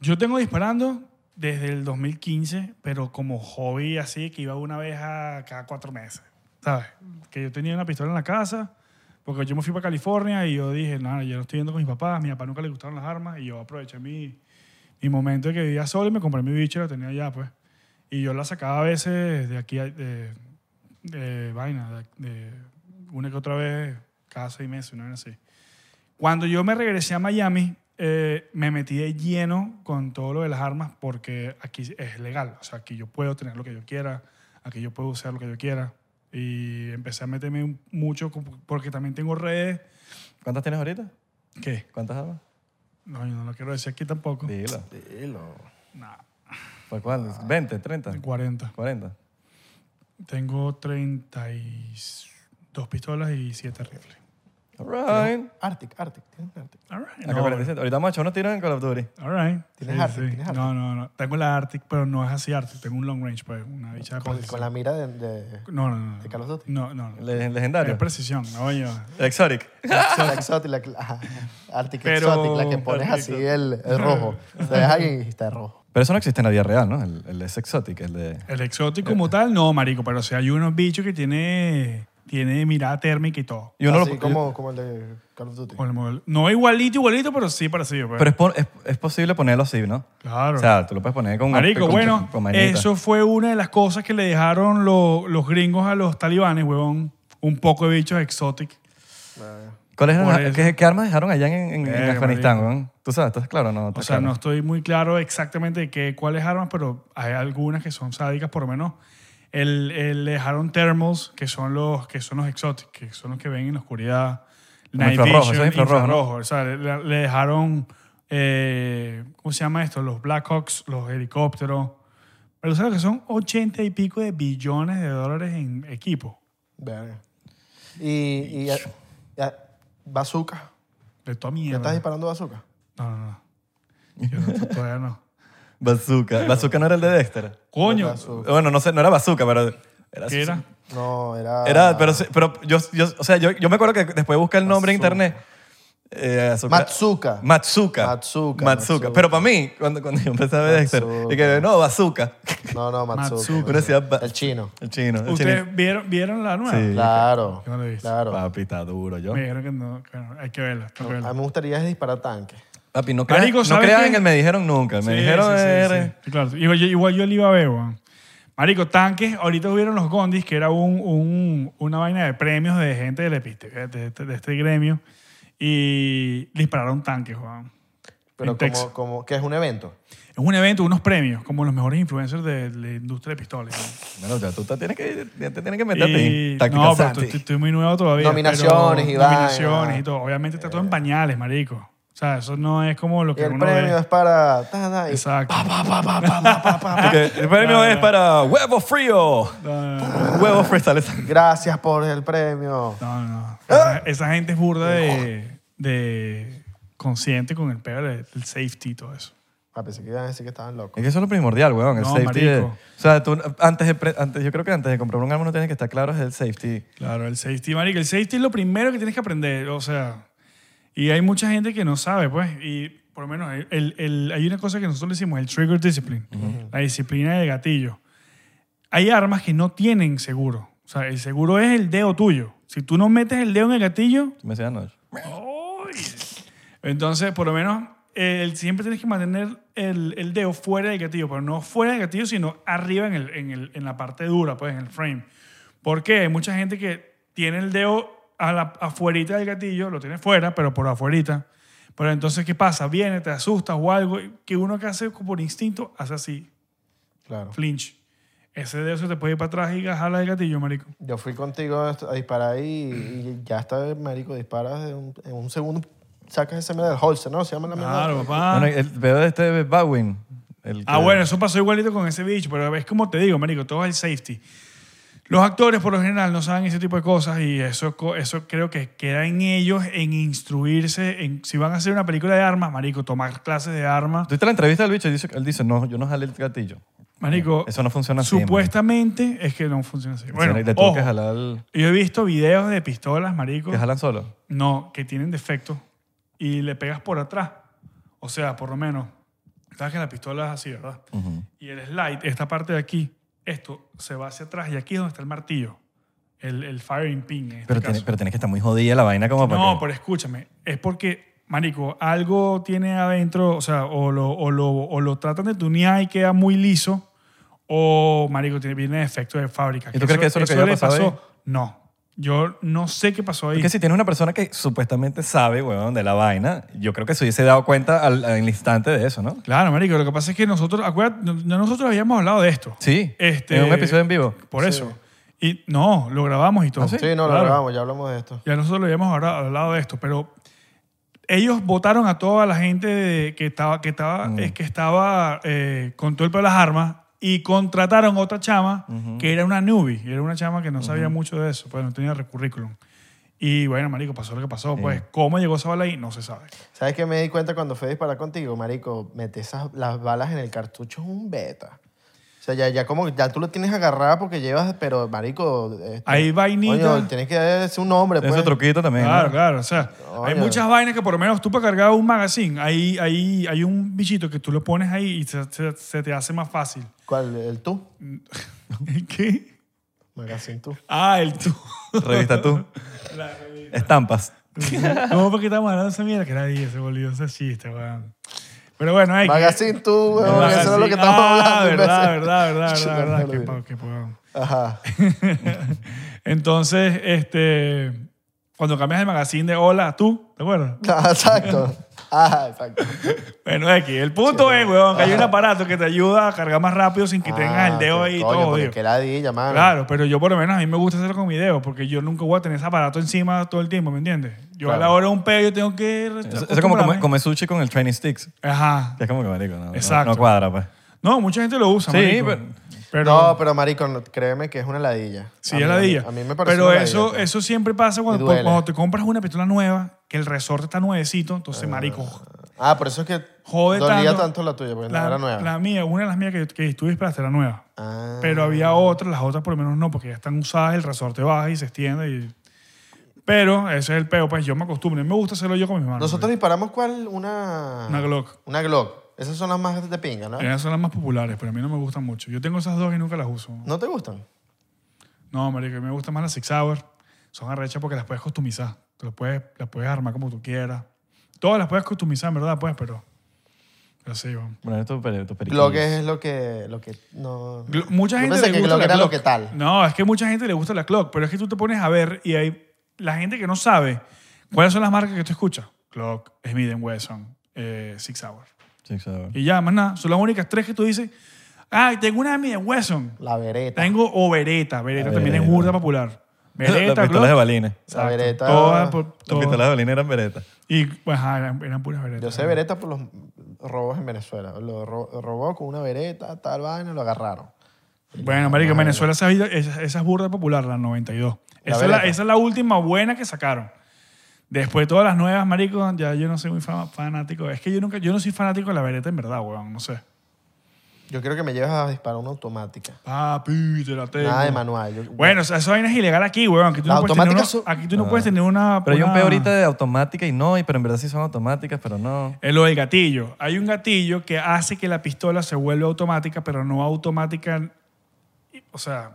Yo tengo disparando desde el 2015, pero como hobby así, que iba una vez a cada cuatro meses. ¿Sabes? Que yo tenía una pistola en la casa, porque yo me fui para California y yo dije, nada, yo no estoy yendo con mis papás, a mi papá nunca le gustaron las armas, y yo aproveché mi, mi momento de que vivía solo y me compré mi bicho y la tenía allá, pues. Y yo la sacaba a veces de aquí, a- de, de vaina, de, de una que otra vez, cada seis meses, una vez así. Cuando yo me regresé a Miami, eh, me metí de lleno con todo lo de las armas porque aquí es legal. O sea, aquí yo puedo tener lo que yo quiera, aquí yo puedo usar lo que yo quiera. Y empecé a meterme un- mucho con- porque también tengo redes. ¿Cuántas tienes ahorita? ¿Qué? ¿Cuántas armas? No, yo no lo quiero decir aquí tampoco. Dilo. Nah, ¿Por Ah. cuántas? ¿20, 30, 40. 40? Tengo 32 pistolas y 7 rifles. All right. Arctic, Arctic. Tienes un Arctic. All right. Acá No, 47. Ahorita vamos a echar unos tiros en Call of Duty. all right. Ah, Tienes Sí, Arctic, sí. tienes Arctic. No, no, no. Tengo la Arctic, pero no es así Arctic. Tengo un long range, pues, una bicha de Con, precisión. con la mira de, de No, no, no. no. ¿De Call of Duty? No, no. no. Le- Es Legendario. precisión, no, yo. Exotic. la exotic, la, que- ajá, Arctic Pero- Exotic, la que pones así el, el rojo. Te dejas ahí y está rojo. Pero eso no existe en la vida real, ¿no? El, el es exotic, el de... El exótico Eh. como tal, no, marico, pero o sea, hay unos bichos que tiene, tiene mirada térmica y todo. Y uno lo- así como, como el de Call of Duty. Con el modelo- No igualito, igualito, pero sí parecido. pues. Pero es, po- es, es posible ponerlo así, ¿no? claro. O sea, tú lo puedes poner con... marico, con- bueno, eh, con manita. eso fue una de las cosas que le dejaron lo- los gringos a los talibanes, huevón. Un poco de bichos exóticos. Ah, ¿Cuáles eran Por las- eso. ¿qué, qué armas dejaron allá en, en- en Verga, Afganistán, marico. weón? Tú sabes, estás claro, no. O ¿Estás sea, claro? no estoy muy claro exactamente de qué, cuáles armas, pero hay algunas que son sádicas, por lo menos. El, el- le dejaron thermals, que son los que son los exotic, que son los que ven en la oscuridad. Como infrarrojo, eso es infrarrojo, ¿no? O sea, le, le dejaron, eh, ¿cómo se llama esto? Los Blackhawks, los helicópteros. Pero sabes que son 80 y pico de billones de dólares en equipo. Verga. Y, y, y- bazooka. De toda ¿Ya estás mierda. disparando bazooka? No, no, no. Yo no, todavía no. Bazooka. Bazooka no era el de Dexter. Coño. Bazooka. Bueno, no sé, no era bazooka, pero... Era, ¿Qué era? No, era... Era, pero, sí- pero yo, yo, o sea, yo, yo me acuerdo que después busqué el nombre Bazooka. en internet. Eh, azúcar- Matsuka. Matsuka. Matsuka, Matsuka. Pero para mí, cuando, cuando yo empecé a ver Dexter, Matsuka. dije, no, bazooka. [LAUGHS] No, no, Matsuka. Matsuka. Uno decía, ba- El chino. El chino. El chino. ¿Ustedes vieron, vieron la nueva? Sí. Claro, Yo no lo he visto. claro. Papi, está duro yo. Me dijeron que no, que no, hay que verla. tengo que verla. A mí me gustaría es disparar tanques. Papi, no creas, Marico, no ¿sabes creas en quién? el me dijeron nunca. Me Sí, dijeron, sí, sí, "Eh, sí. Sí, claro. Igual, yo- igual yo le iba a ver, weón. Marico, tanques, ahorita hubieron los Gondis, que era un, un- una vaina de premios de gente del episte- de, de- de este gremio, y dispararon tanques, weón. Pero En Texas. como, como que es un evento. Es un evento, unos premios, como los mejores influencers de, la industria de pistolas. weón. Bueno, ya tú te tienes que, ya te tienes que Pues, meterte Y- en táctica no, pero Santi. estoy, estoy muy nuevo todavía. Nominaciones pero- y vaina. Nominaciones y todo. Obviamente está todo en pañales, marico. O sea, eso no es como lo Y que el uno premio ve. es Ah, para... ta, ta, y- Exacto. [LAUGHS] Y que el premio es para huevo frío. No, no, no. Huevo frío sale Santi. Gracias por el premio. No, no. Esa, esa gente es burda de, de consciente con el peor del safety y todo eso. Ah, pensé que iban a decir que estaban locos. Es que eso es lo primordial, weón. El No, safety. de- marico. o sea, tú, antes de pre- antes, yo creo que antes de comprar un arma no tienes que estar claro es el safety. Claro, el safety, marico. El safety es lo primero que tienes que aprender, o sea... Y hay mucha gente que no sabe, pues, y por lo menos el- el- hay una cosa que nosotros le decimos, el trigger discipline, la disciplina de gatillo. Hay armas que no tienen seguro. O sea, el seguro es el dedo tuyo. Si tú no metes el dedo en el gatillo, Me decían no. ¡ay! entonces, por lo menos, el- siempre tienes que mantener el, el dedo fuera del gatillo, pero no fuera del gatillo, sino arriba en, el- en el- en la parte dura, pues, en el frame. Porque hay mucha gente que tiene el dedo a la, afuerita del gatillo, lo tiene fuera, pero por afuerita. Pero entonces, ¿qué pasa? Viene, te asustas o algo, que uno que hace por instinto, hace así, Claro. flinch. Ese dedo se te puede ir para atrás y jala el gatillo, marico. Yo fui contigo a a disparar y, y ya está, marico, disparas en un, en un segundo, sacas esa mierda del holster, ¿no? Se llama la mierda. Claro, papá. Bueno, el peor de este Baldwin. el Ah, que- bueno, eso pasó igualito con ese bicho, pero es como te digo, marico, todo es el safety. Los actores por lo general no saben ese tipo de cosas y eso, es co- eso creo que queda en ellos en instruirse. En, si van a hacer una película de armas, marico, tomar clases de armas. Tuviste la entrevista del bicho y dice, él dice, no, yo no jalé el gatillo. Marico, Eso no funciona así. supuestamente es que no funciona así. marico. Bueno, Le tuvo ojo, que jalar el- yo he visto videos de pistolas, marico, que jalan solo. no, que tienen defectos y le pegas por atrás. O sea, por lo menos, sabes que la pistola es así, ¿verdad? Ujú. Y el slide, esta parte de aquí, esto se va hacia atrás y aquí es donde está el martillo, el, el firing pin. En este pero, caso. tiene, pero tienes que estar muy jodida la vaina como para no, que- pero escúchame, es porque, marico, algo tiene adentro, o sea, o lo, o lo, o lo tratan de tunear y queda muy liso, o, marico, tiene, viene defecto de fábrica. ¿Y tú crees que eso es lo que había le pasado ahí? No, yo no sé qué pasó ahí. Porque si tienes una persona que supuestamente sabe, weón, de la vaina, yo creo que se hubiese dado cuenta al, al instante de eso, ¿no? Claro, marico, lo que pasa es que nosotros, acuérdate, no- no nosotros habíamos hablado de esto. Sí, Este- en un episodio en vivo. Por eso. Y no, lo grabamos y todo. ¿Ah, sí? Sí, no, lo Claro. grabamos, ya hablamos de esto. Ya nosotros lo habíamos ahora hablado de esto, pero ellos votaron a toda la gente de- que estaba, que estaba, Mm. eh, que estaba eh, con todo el pelo de las armas y contrataron otra chama que era una newbie, era una chama que no sabía mucho de eso, pues no tenía re- currículum. Y bueno, marico, pasó lo que pasó. Pues, ¿cómo llegó esa bala ahí? No se sabe. ¿Sabes qué me di cuenta cuando fui a disparar contigo, marico? Metes esas, las balas en el cartucho es un beta. O sea, ya, ya como ya tú lo tienes agarrada porque llevas, pero marico, este, Ahí vainita. coño, tienes que darse un nombre, Ese pues. truquito también. Claro, ¿no? claro. O sea, Coño. hay muchas vainas que por lo menos tú para cargar un magazine, hay, hay, hay un bichito que tú lo pones ahí y se, se- se te hace más fácil. ¿Cuál? ¿El tú? ¿Qué? Magazine tú. Ah, el tú. Revista [LAUGHS] tú. La revista. Estampas. No, porque estamos hablando de esa mierda que nadie se volvió ese chiste, weón. Pero bueno, hay que- Magazine tú, El weón, eso era lo que magazine. estábamos Ah, hablando. Verdad, imbécil. verdad, [LAUGHS] verdad, Yo verdad, no verdad. lo Qué vi. pa- qué pa- Ajá. Entonces, este, cuando cambias el magazine de hola a tú, [LAUGHS] ¿te acuerdas? Ah, Exacto. Ajá, exacto. Bueno, aquí el punto es, weón, que hay [LAUGHS] un aparato que te ayuda a cargar más rápido sin [LAUGHS] que tengas el dedo Ah, ahí y coño, todo, porque digo. qué ladilla, mano. Claro, pero yo por lo menos a mí me gusta hacerlo con mi dedo porque yo nunca voy a tener ese aparato encima todo el tiempo, ¿me entiendes? Yo a la Claro. hora de un pedo yo tengo que... Eso eso es como comer, acostumbrarme. comer sushi con el training sticks. Ajá. Que es como que marico, no, no- Exacto. no cuadra, pues. No, mucha gente lo usa, Sí, marico. pero- Pero- no, pero marico, no, créeme que es una ladilla. Sí, A es mí- ladilla. A mí me parece Pero una eso, ladilla, pues. eso siempre pasa cuando, Y duele. cuando te compras una pistola nueva, que el resorte está nuevecito, entonces, marico, Ah, por eso es que jode Eh, dolía tanto. tanto, la tuya, porque la, no era nueva. la mía, una de las mías que, que tú disparaste era nueva. Ah. Pero había otras, las otras por lo menos no, porque ya están usadas, el resorte baja y se extiende. Y... Pero ese es el peo, pues yo me acostumbro. y Me gusta hacerlo yo con mis manos. pues. Nosotros disparamos cuál? Una... Una Glock. Eh. Una Glock. Esas son las más de pinga, ¿no? Esas son las más populares, pero a mí no me gustan mucho. Yo tengo esas dos y nunca las uso. ¿No te gustan? No, marico, a mí me gustan más las Six Hour. Son arrechas porque las puedes customizar. Te las puedes, las puedes armar como tú quieras. Todas las puedes customizar, en verdad, pues, pero... Pero sí, bueno. Bueno, esto es tu Glock es lo que... Lo que no... Glo- Mucha Yo gente pensé le que gusta Glock la era Glock. lo que tal. No, es que mucha gente le gusta la Glock, pero es que tú te pones a ver y hay la gente que no sabe cuáles son las marcas que tú escuchas. Glock, Smith Wesson, eh, Six Hour. Y ya, más nada, son las únicas tres que tú dices, ay, tengo una Smith Wesson, La vereta. tengo o Beretta, Beretta también es Beretta. burda popular. Las Beretta, Oh. pistolas de Glock, balines. La vereta... todas, por- Las todas. pistolas de balines eran veretas. Y pues, ajá, eran, eran puras Beretta. Yo sé vereta por los robos en Venezuela. Lo ro- robó con una vereta, tal vaina, lo agarraron. Bueno, marico, en Venezuela esa, vida- esa, esa es burda popular, la 92. La Esa es la, Beretta. esa es la última buena que sacaron. Después de todas las nuevas, marico, ya yo no soy muy fa- fanático. Es que yo nunca, yo no soy fanático de la vereta en verdad, weón. No sé. Yo creo que me llevas a disparar una automática. Papi, te la tengo. Nada de manual. Yo- Bueno, o sea, esa vaina es ilegal aquí, weón. Aquí tú Las no, puedes tener, una, automáticas son- aquí tú no puedes tener una... Pero hay un una- peo ahorita de automática y no, y- pero en verdad sí son automáticas, pero no. Es lo del gatillo. Hay un gatillo que hace que la pistola se vuelva automática, pero no automática. O sea,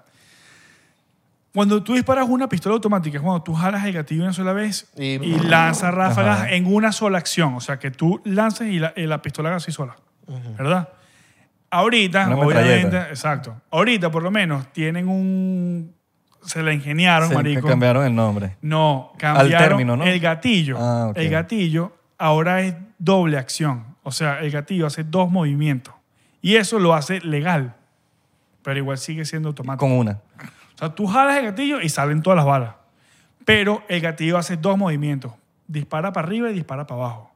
cuando tú disparas una pistola automática, es cuando tú jalas el gatillo una sola vez y, Y- lanzas ráfagas Ajá. en una sola acción. O sea, que tú lanzas y la, y la pistola haga así sola. ¿Verdad? Ahorita, Una obviamente, metralleta. exacto. Ahorita, por lo menos, tienen un. Se la ingeniaron, Se marico. cambiaron el nombre. No, cambiaron término, ¿no? el gatillo. Ah, ok. El gatillo ahora es doble acción. O sea, el gatillo hace dos movimientos. Y eso lo hace legal. Pero igual sigue siendo automático. Con una. O sea, tú jalas el gatillo y salen todas las balas. Pero el gatillo hace dos movimientos. Dispara para arriba y dispara para abajo.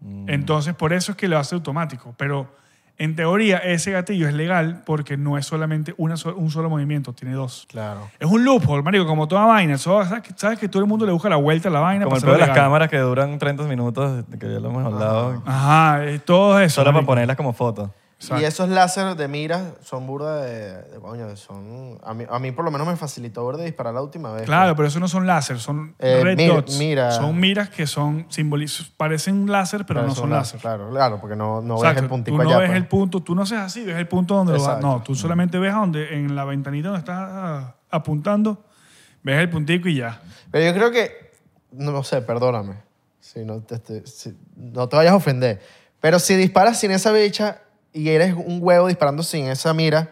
Mm. Entonces, por eso es que lo hace automático. Pero en teoría, ese gatillo es legal porque no es solamente una so- un solo movimiento, tiene dos. Claro. Es un loophole, marico, como toda vaina. Eso, ¿sabes, que, sabes que todo el mundo le busca la vuelta a la vaina. Como el para peo de las hacerlo legal. cámaras que duran 30 minutos, que ya lo hemos hablado. Ajá, eh, todo eso. Solo para marico. ponerlas como fotos. Exacto. Y esos láseres de miras son burda de, de- coño, son... A mí, a mí por lo menos me facilitó ver de disparar la última vez. pues. Claro, pero eso no son láser, son Eh, red mir- dots. mira. Son miras que son simboliz- parecen láser, pero Claro, no son son lá- láser. Claro, claro, porque no, no ves Exacto, el puntico tú no allá. ves pues. el punto, tú no haces así, ves el punto donde lo vas. Exacto. No, tú solamente ves a donde, en la ventanita donde estás ah, apuntando, ves el puntico y ya. Pero yo creo que, no lo sé, perdóname, si no, te, estoy- si- no te vayas a ofender, pero si disparas sin esa bicha y eres un huevo disparando sin esa mira,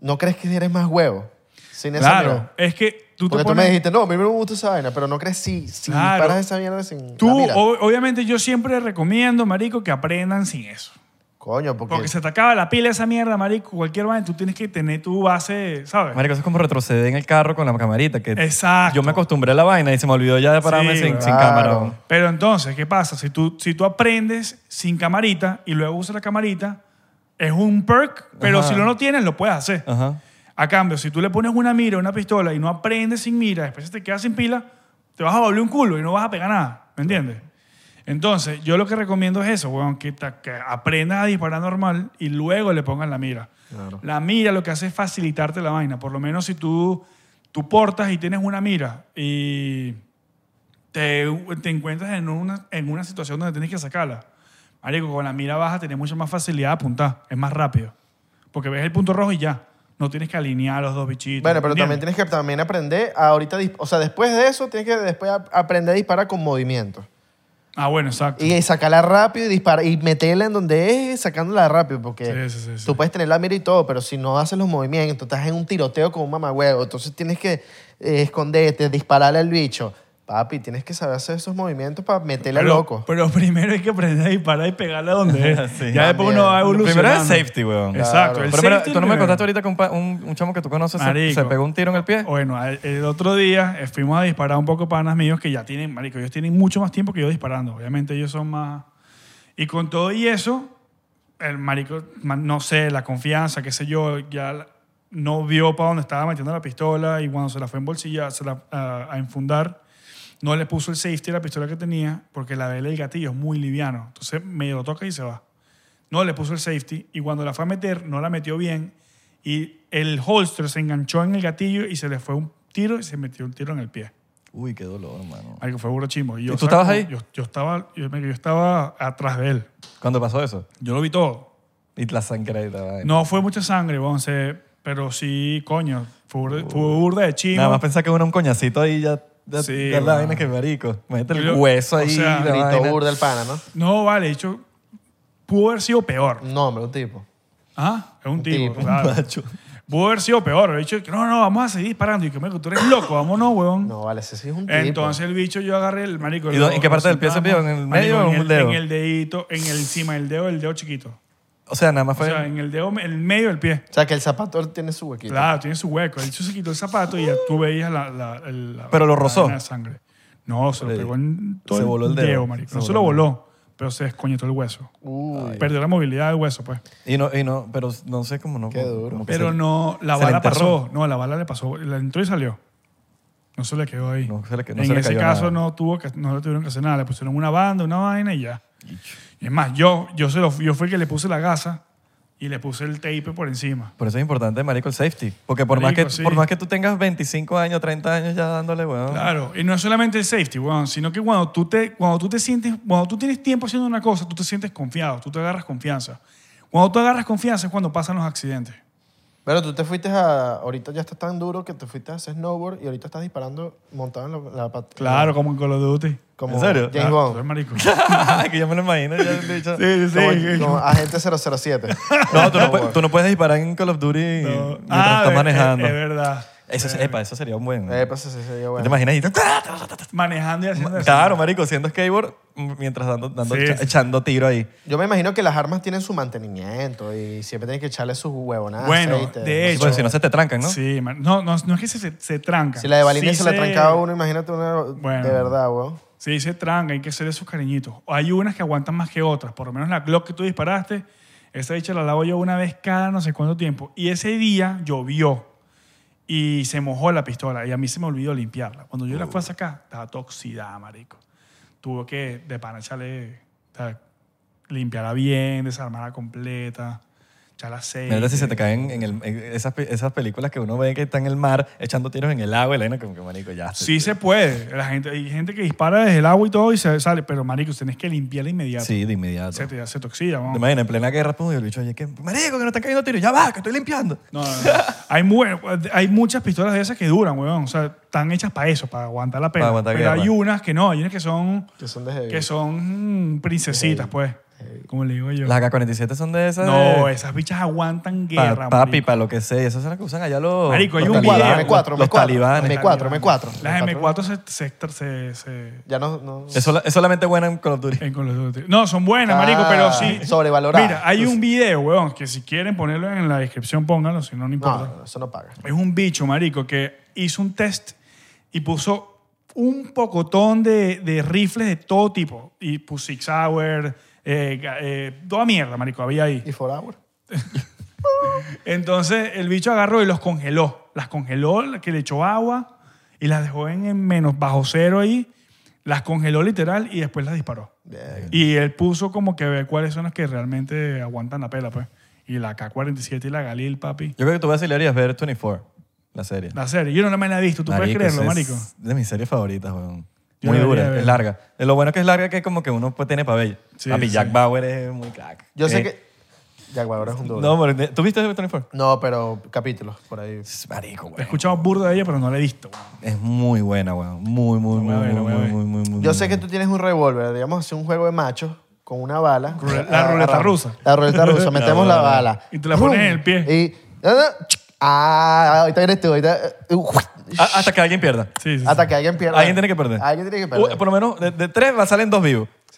¿no crees que eres más huevo? Sin esa Claro, mira. es que tú Porque te tú me pones... dijiste, no, a mí me gusta esa vaina, pero no crees si, si Claro. disparas esa mierda sin Tú, la mira. ob- obviamente, yo siempre recomiendo, marico, que aprendan sin eso. Coño, porque... Porque se te acaba la pila esa mierda, marico. Cualquier vaina, tú tienes que tener tu base, ¿sabes? Marico, eso es como retroceder en el carro con la camarita. Que Exacto. Yo me acostumbré a la vaina y se me olvidó ya de pararme Sí, sin, sin claro. cámara. Pero entonces, ¿qué pasa? Si tú, si tú aprendes sin camarita y luego usas la camarita, es un perk, pero Ajá. si lo no tienes, lo puedes hacer. Ajá. A cambio, si tú le pones una mira a una pistola y no aprendes sin mira, después se te quedas sin pila, te vas a volver un culo y no vas a pegar nada. ¿Me entiendes? Entonces, yo lo que recomiendo es eso, weón, que, ta- que aprendas a disparar normal y luego le pongas la mira. La mira lo que hace es facilitarte la vaina. Por lo menos si tú, tú portas y tienes una mira y te, te encuentras en una, en una situación donde tienes que sacarla. Marico, con la mira baja tenés mucha más facilidad de apuntar. Es más rápido. Porque ves el punto rojo y ya. No tienes que alinear los dos bichitos. Bueno, pero ¿entiendes? también tienes que también aprender a ahorita, dis- o sea, después de eso tienes que después a- aprender a disparar con movimiento. Ah, bueno, exacto. Y sacarla rápido y disparar y meterla en donde es sacándola rápido porque Sí, sí, sí, sí. tú puedes tener la mira y todo pero si no haces los movimientos estás en un tiroteo con un mamagüevo entonces tienes que eh, esconderte dispararle al bicho papi tienes que saber hacer esos movimientos para meterle Pero- loco Pero primero hay que aprender a disparar y pegarla [LAUGHS] donde es. Sí. ya después También. uno va Lo evolucionando. Primero es safety, weón. Exacto. el Pero mira, safety tú no me primero. contaste ahorita que un, pa- un, un chamo que tú conoces se, Marico. se pegó un tiro en el pie. Bueno, el- el otro día eh, fuimos a disparar un poco panas míos que ya tienen, marico, ellos tienen mucho más tiempo que yo disparando. Obviamente ellos son más... Y con todo y eso, el marico, ma- no sé, la confianza, qué sé yo, ya la- no vio para dónde estaba metiendo la pistola y cuando se la fue en bolsilla se la, a, a enfundar, no le puso el safety a la pistola que tenía porque la vela del gatillo es muy liviano. Entonces medio lo toca y se va. No le puso el safety y cuando la fue a meter no la metió bien y el holster se enganchó en el gatillo y se le fue un tiro y se metió un tiro en el pie. Uy, qué dolor, mano. Algo fue burro chimbo. yo ¿Y tú estabas ahí? Yo, yo estaba, yo, yo estaba atrás de él. ¿Cuándo pasó eso? Yo lo vi todo. Y la sangre y la vaina. No fue mucha sangre, weón, se- pero sí, coño, fue burda, fue burda de chimo. Nada más pensar que uno un coñacito ahí ya, ya, Sí, ya la weón. vaina que marico. Imagínate Y el lo- hueso o ahí. sea, la grito vaina. burda el pana ¿no? No, vale, de hecho, pudo haber sido peor. no hombre un tipo Ah, es un Un tipo, tipo, claro. [LAUGHS] Macho. Pudo haber sido peor. De hecho, no, no, vamos a seguir disparando. Y que, marico, tú eres loco, vámonos, weón. no vale ese sí es un tipo Entonces el bicho yo agarré el marico. pues. ¿Y lo- dónde- en qué lo parte del pie se sentamos. pilló? ¿En el Marico, medio o en un el- dedo? En el dedito, en el encima del dedo, el dedo chiquito. O sea, nada más O fue. sea, en el dedo, el medio del pie. o sea que el zapato tiene su huequito Claro, tiene su hueco. El bicho se quitó el zapato y ya tú veías la. la- el- la- Pero lo la rozó. vaina de sangre. No, se lo Pero pegó en todo se voló el dedo. marico. Se no se lo voló el voló, pero se descoñetó el hueso. Uy, Perdió la movilidad del hueso, pues. Y no, y no, pero no sé cómo no. Qué duro. como que Pero se- no, la se le bala enterró. pasó. No, la bala le pasó. Le entró y salió. No se le quedó ahí. No se le que- no en se le ese cayó caso nada. no tuvo que, no le tuvieron que hacer nada. Le pusieron una banda, una vaina y ya. Y es más, yo, yo, se lo, yo fui el que le puse la gasa y le puse el tape por encima. Por eso es importante, marico, el safety. Porque por, más, Marico, que, sí. por más que tú tengas 25 años, 30 años ya dándole, weón. [LAUGHS] Claro, y no es solamente el safety, weón, sino que cuando tú, te, cuando tú te sientes, cuando tú tienes tiempo haciendo una cosa, tú te sientes confiado, tú te agarras confianza. Cuando tú agarras confianza es cuando pasan los accidentes. Pero tú te fuiste a... Ahorita ya estás tan duro que te fuiste a hacer snowboard y ahorita estás disparando montado en la, la pat- Claro, como en Call of Duty. Como ¿En serio? James Ah, Bond. tú eres marico. que yo me lo imagino. ya el bicho. Sí, sí, como, sí. como agente 007. No, tú no, puedes, tú no puedes disparar en Call of Duty No. mientras Ah, estás es- manejando. Es, verdad. eso, es- epa, eso sería un buen. Eh, pues sí, sí, sí, yo, ¿No bueno. ¿Te imaginas? Y tú- Manejando y haciendo eso. Claro, marico, siendo skateboard mm, mientras dando, dando- Sí, echa- sí. echando tiro ahí. Yo me imagino que las armas tienen su mantenimiento y siempre tienen que echarle sus huevonadas. Bueno, aceite. de No hecho- se puede, si no se te trancan, ¿no? Sí, man- no, no, no es que se, se, se tranca. Si la de Valiente Sí se la trancaba uno, imagínate una... Bueno. De verdad, weón. Sí, se tranca, hay que hacer esos cariñitos. Hay unas que aguantan más que otras. Por lo menos la Glock que tú disparaste, esa dicha la lavo yo una vez cada no sé cuánto tiempo. Y ese día llovió y se mojó la pistola y a mí se me olvidó limpiarla. Cuando yo la fui a sacar, estaba toxidada, marico. Tuve que de pana echarle, o sea, limpiarla bien, desarmarla completa, echarle aceite. Mira si se te caen en el, en esas, pe- esas películas que uno ve que están en el mar echando tiros en el agua y la vaina como que, marico, ya. Sí se puede. La gente, hay gente que dispara desde el agua y todo y se sale, pero marico, tenés que limpiarla inmediato. Sí, de inmediato. Se, te, se toxida, vamos. ¿Te imaginas? En plena guerra, pum, y el bicho, oye, que, marico, que no están cayendo tiros. Ya va, que estoy limpiando. No, no, no. hay, mu- hay muchas pistolas de esas que duran, weón. O sea, están hechas para eso, para aguantar la pena. Para aguantar Pero guerra. hay unas que no, hay unas que son, Que son de heavy. que son mm, princesitas, pues. Como le digo yo. Las AK-47 son de esas. no, de- esas bichas aguantan pa- guerra, papi, marico. para lo que sea. Y esas son las que usan allá los. Marico, hay los un video. talibanes, M4, los talibanes. M4, M4. Las M4 se, se, se- se- Ya no... no Es, sola- es solamente buena en Call of [LAUGHS] Duty. en Call of Duty. No, son buenas, marico, Ah, pero sí. sobrevaloradas. Mira, hay un video, weón, que si quieren ponerlo en la descripción, pónganlo, si no, no importa. no, eso no paga. Es un bicho, marico, que hizo un test y puso un pocotón de, de rifles de todo tipo. Y puso Six Hour, eh, ga- eh, toda mierda, marico, había ahí. ¿Y for hour? Entonces el bicho agarró y los congeló. Las congeló, que le echó agua y las dejó en, en menos bajo cero ahí. Las congeló literal y después las disparó. Bien. Y él puso como que ver cuáles son las que realmente aguantan la pela, pues. Y la K-47 y la Galil, papi. Yo creo que tú vas a deberías ver 24, la serie. La serie. Yo no me la he visto. ¿Tú Marico, puedes esa creerlo, marico? Es de mis series favoritas, weón. Yo Muy debería dura, ver. es larga. Eh, Lo bueno que es larga que como que uno pues, tiene pabello. Sí, Papi, sí. Jack Bauer es muy crack. Yo Eh, sé que... Jaguar es un duro. No, pero de- ¿tú viste 24? No, pero capítulos por ahí. Es Marico, weón. He escuchado burda de ella, pero no la he visto. weón. Es muy buena, weón. Muy, muy, voy a muy, muy, ver, no voy a muy, ver. muy, muy, muy. Yo sé que tú tienes un revólver, digamos, hacer un juego de machos con una bala. Rule- la Agarramos- ruleta rusa. La ruleta rusa, metemos la bala. Y te la pones en el pie. Y. no, no, ch- Ah, ahorita eres tú, ahorita. uh, A- Hasta que alguien pierda. Sí, sí, sí. Hasta que alguien pierda. Alguien tiene que perder. Alguien tiene que perder. O, por lo menos de, de tres va- salen dos vivos. [LAUGHS]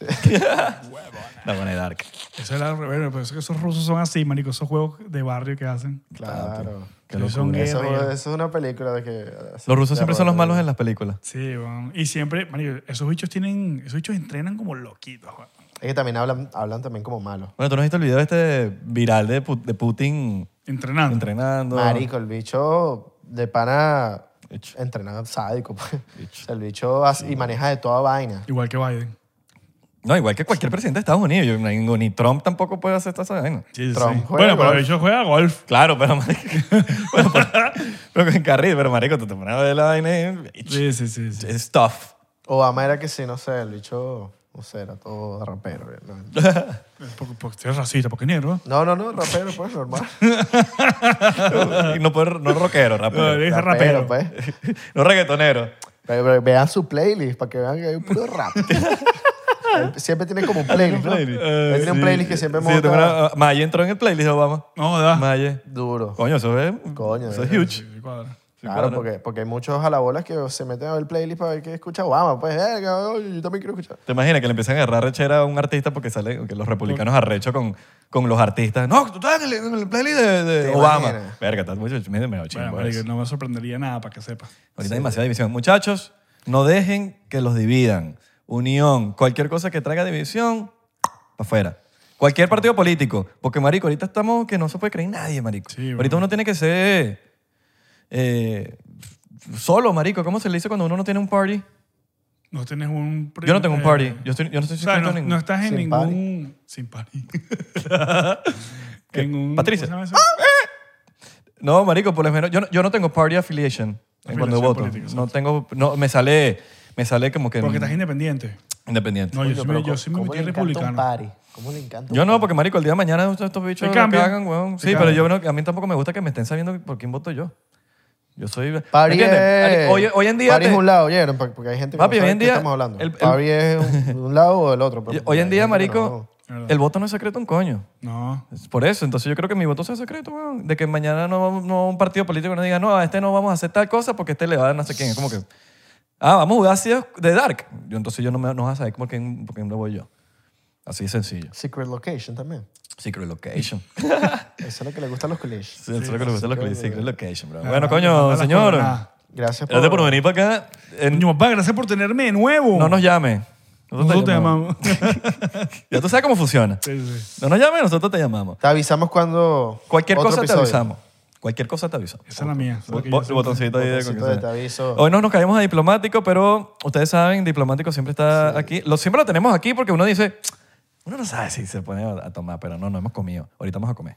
la buena de Dark. Eso pues, es la- bueno, pero eso que esos rusos son así, marico. Esos juegos de barrio que hacen. Claro. Qué Ellos locura. son Eso, eso guerreros. es una película de que. Los rusos siempre son los malos en las películas. Sí, weón. Y siempre, marico, esos bichos tienen... Esos bichos entrenan como loquitos, weón. Es que también hablan, hablan también como malos. Bueno, tú no has visto el video este viral de, Pu- de Putin Entrenando. entrenando. Ah. Marico, el bicho de pana. Bicho. Entrenado sádico. pues. O sea, El bicho hace- y maneja de toda vaina. Igual que Biden. No, igual que cualquier presidente de Estados Unidos. Yo, ni- ni Trump tampoco puede hacer esta vaina. Sí, sí, Trump sí. juega Bueno, pero golf. ellos juegan golf. Claro, pero marico. [LAUGHS] pero, pero en carril, pero marico, tú te pones a ver la vaina y- Sí, sí, sí. sí. Es tough. [LAUGHS] Obama era que sí, no sé, el bicho. No sé, era todo rapero. ¿no? Porque, porque eres racista, porque es negro. No, no, no, rapero, pues, normal. Y no, puede- no rockero, No, rapero. eres rapero. pues. [LAUGHS] no reggaetonero. Pero- pero vean su playlist para que vean que hay un puro rap. Él siempre tiene como un playlist. ¿no? playlist. Él tiene un playlist que siempre Eh, Sí, yo tengo monta una- Ah, Maye entró en el playlist de Obama. No, da. Maye. duro. Coño, eso es. Coño, Eso es ¿verdad? huge. Sí, sí, cuadra. Claro, porque, porque hay muchos jalabolas que se meten a ver el playlist para ver qué escucha Obama. Pues, eh, cabrón, yo también quiero escuchar. ¿Te imaginas que le empiezan a agarrar rechera a un artista porque sale que los republicanos arrecho con, con los artistas? No, tú estás en el, en el playlist de, de ¿Te Obama. imaginas? Verga, estás mucho me me Bueno, chingo. marico, eso. no me sorprendería nada para que sepa. Ahorita hay demasiada división. Muchachos, no dejen que los dividan. Unión, cualquier cosa que traiga división, para afuera. Cualquier partido político. Porque, marico, ahorita estamos que no se puede creer en nadie, marico. Sí, ahorita uno tiene que ser eh, Solo, marico. ¿Cómo se le dice cuando uno no tiene un party? No tienes un... pre- Yo no tengo un eh, party. Yo, estoy- yo no estoy O sea, suscrito no, a ningún- no estás en Sin ningún... Sin [LAUGHS] party. [LAUGHS] en un, Patricia. Ah. ¿cómo se llama eso? No, marico, por lo menos yo no, yo no tengo party affiliation en cuando Afiliación voto. política, no tengo, no, me sale, me sale como que Porque estás independiente. independiente. No, yo soy, pero mi- yo soy mi ¿cómo le militar encanta un republicano. party? ¿Cómo le encanta? un yo no, party? porque marico, el día de mañana estos estos bichos Te me cambian. cagan, weón. Te Sí, pero cambian. yo no- a mí tampoco me gusta que me estén sabiendo por quién voto yo. Yo soy... ¿me Party entiendes? es- Hoy, hoy en día... Party te- es un lado, ¿oyeron? Porque porque hay gente que Papi, no sabe hoy en de qué día, estamos hablando. el- el- party es un, un lado o del [LAUGHS] otro. pero hoy en hay día, gente que no- marico, no. el voto no es secreto un coño. No. Es Por eso, entonces yo creo que mi voto sea secreto, weón. De que mañana no, no un partido político no diga, no, a este no vamos a hacer tal cosa porque este le va a dar no sé quién. Es como que, ah, vamos a jugar así de Dark. Yo, entonces yo no, me, no vas a saber por quién, por quién le voy yo. Así de sencillo. Secret location también. Secret Location. [LAUGHS] Eso es lo que le gusta a los colegios. Sí, eso es lo que le gusta a los colegios, Secret Location, bro. Bueno, Ah, coño, no, no, señor. nada. Gracias por... Gracias por venir para acá. Eh, Coño, papá, gracias por tenerme de nuevo. no nos llame. Nosotros, Nosotros te llamamos. llamamos. Ya tú sabes cómo funciona. [LAUGHS] Sí, sí, sí. No nos llame, nosotros te llamamos. Te avisamos cuando... Cualquier otro cosa episodio. te avisamos. Cualquier cosa te avisamos. Esa es la mía. Bo- Esa es la bo- que yo botoncito ahí de Botoncito con que de sea. te aviso. Hoy no nos caemos a diplomático, pero ustedes saben, diplomático siempre está aquí. Lo, siempre lo tenemos aquí porque uno dice, uno no sabe si se pone a, a tomar, pero no, no hemos comido. Ahorita vamos a comer.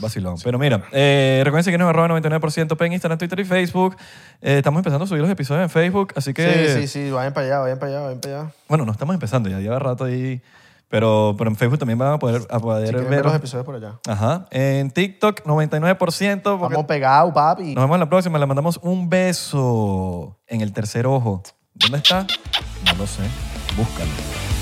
Vacilón. Pero mira, eh, recuerden seguirnos arroba 99% P en Instagram, Twitter y Facebook. Eh, estamos empezando a subir los episodios en Facebook, así que... Sí, sí, sí. Vayan para allá, vayan para allá, vayan para allá. Bueno, no estamos empezando, ya lleva rato ahí. Pero, pero en Facebook también van a poder, a poder Si quieren ver ver los episodios por allá. Ajá. En TikTok, 99%. porque- Vamos pegados, papi. nos vemos en la próxima. Le mandamos un beso en el tercer ojo. ¿Dónde está? No lo sé. Búscalo.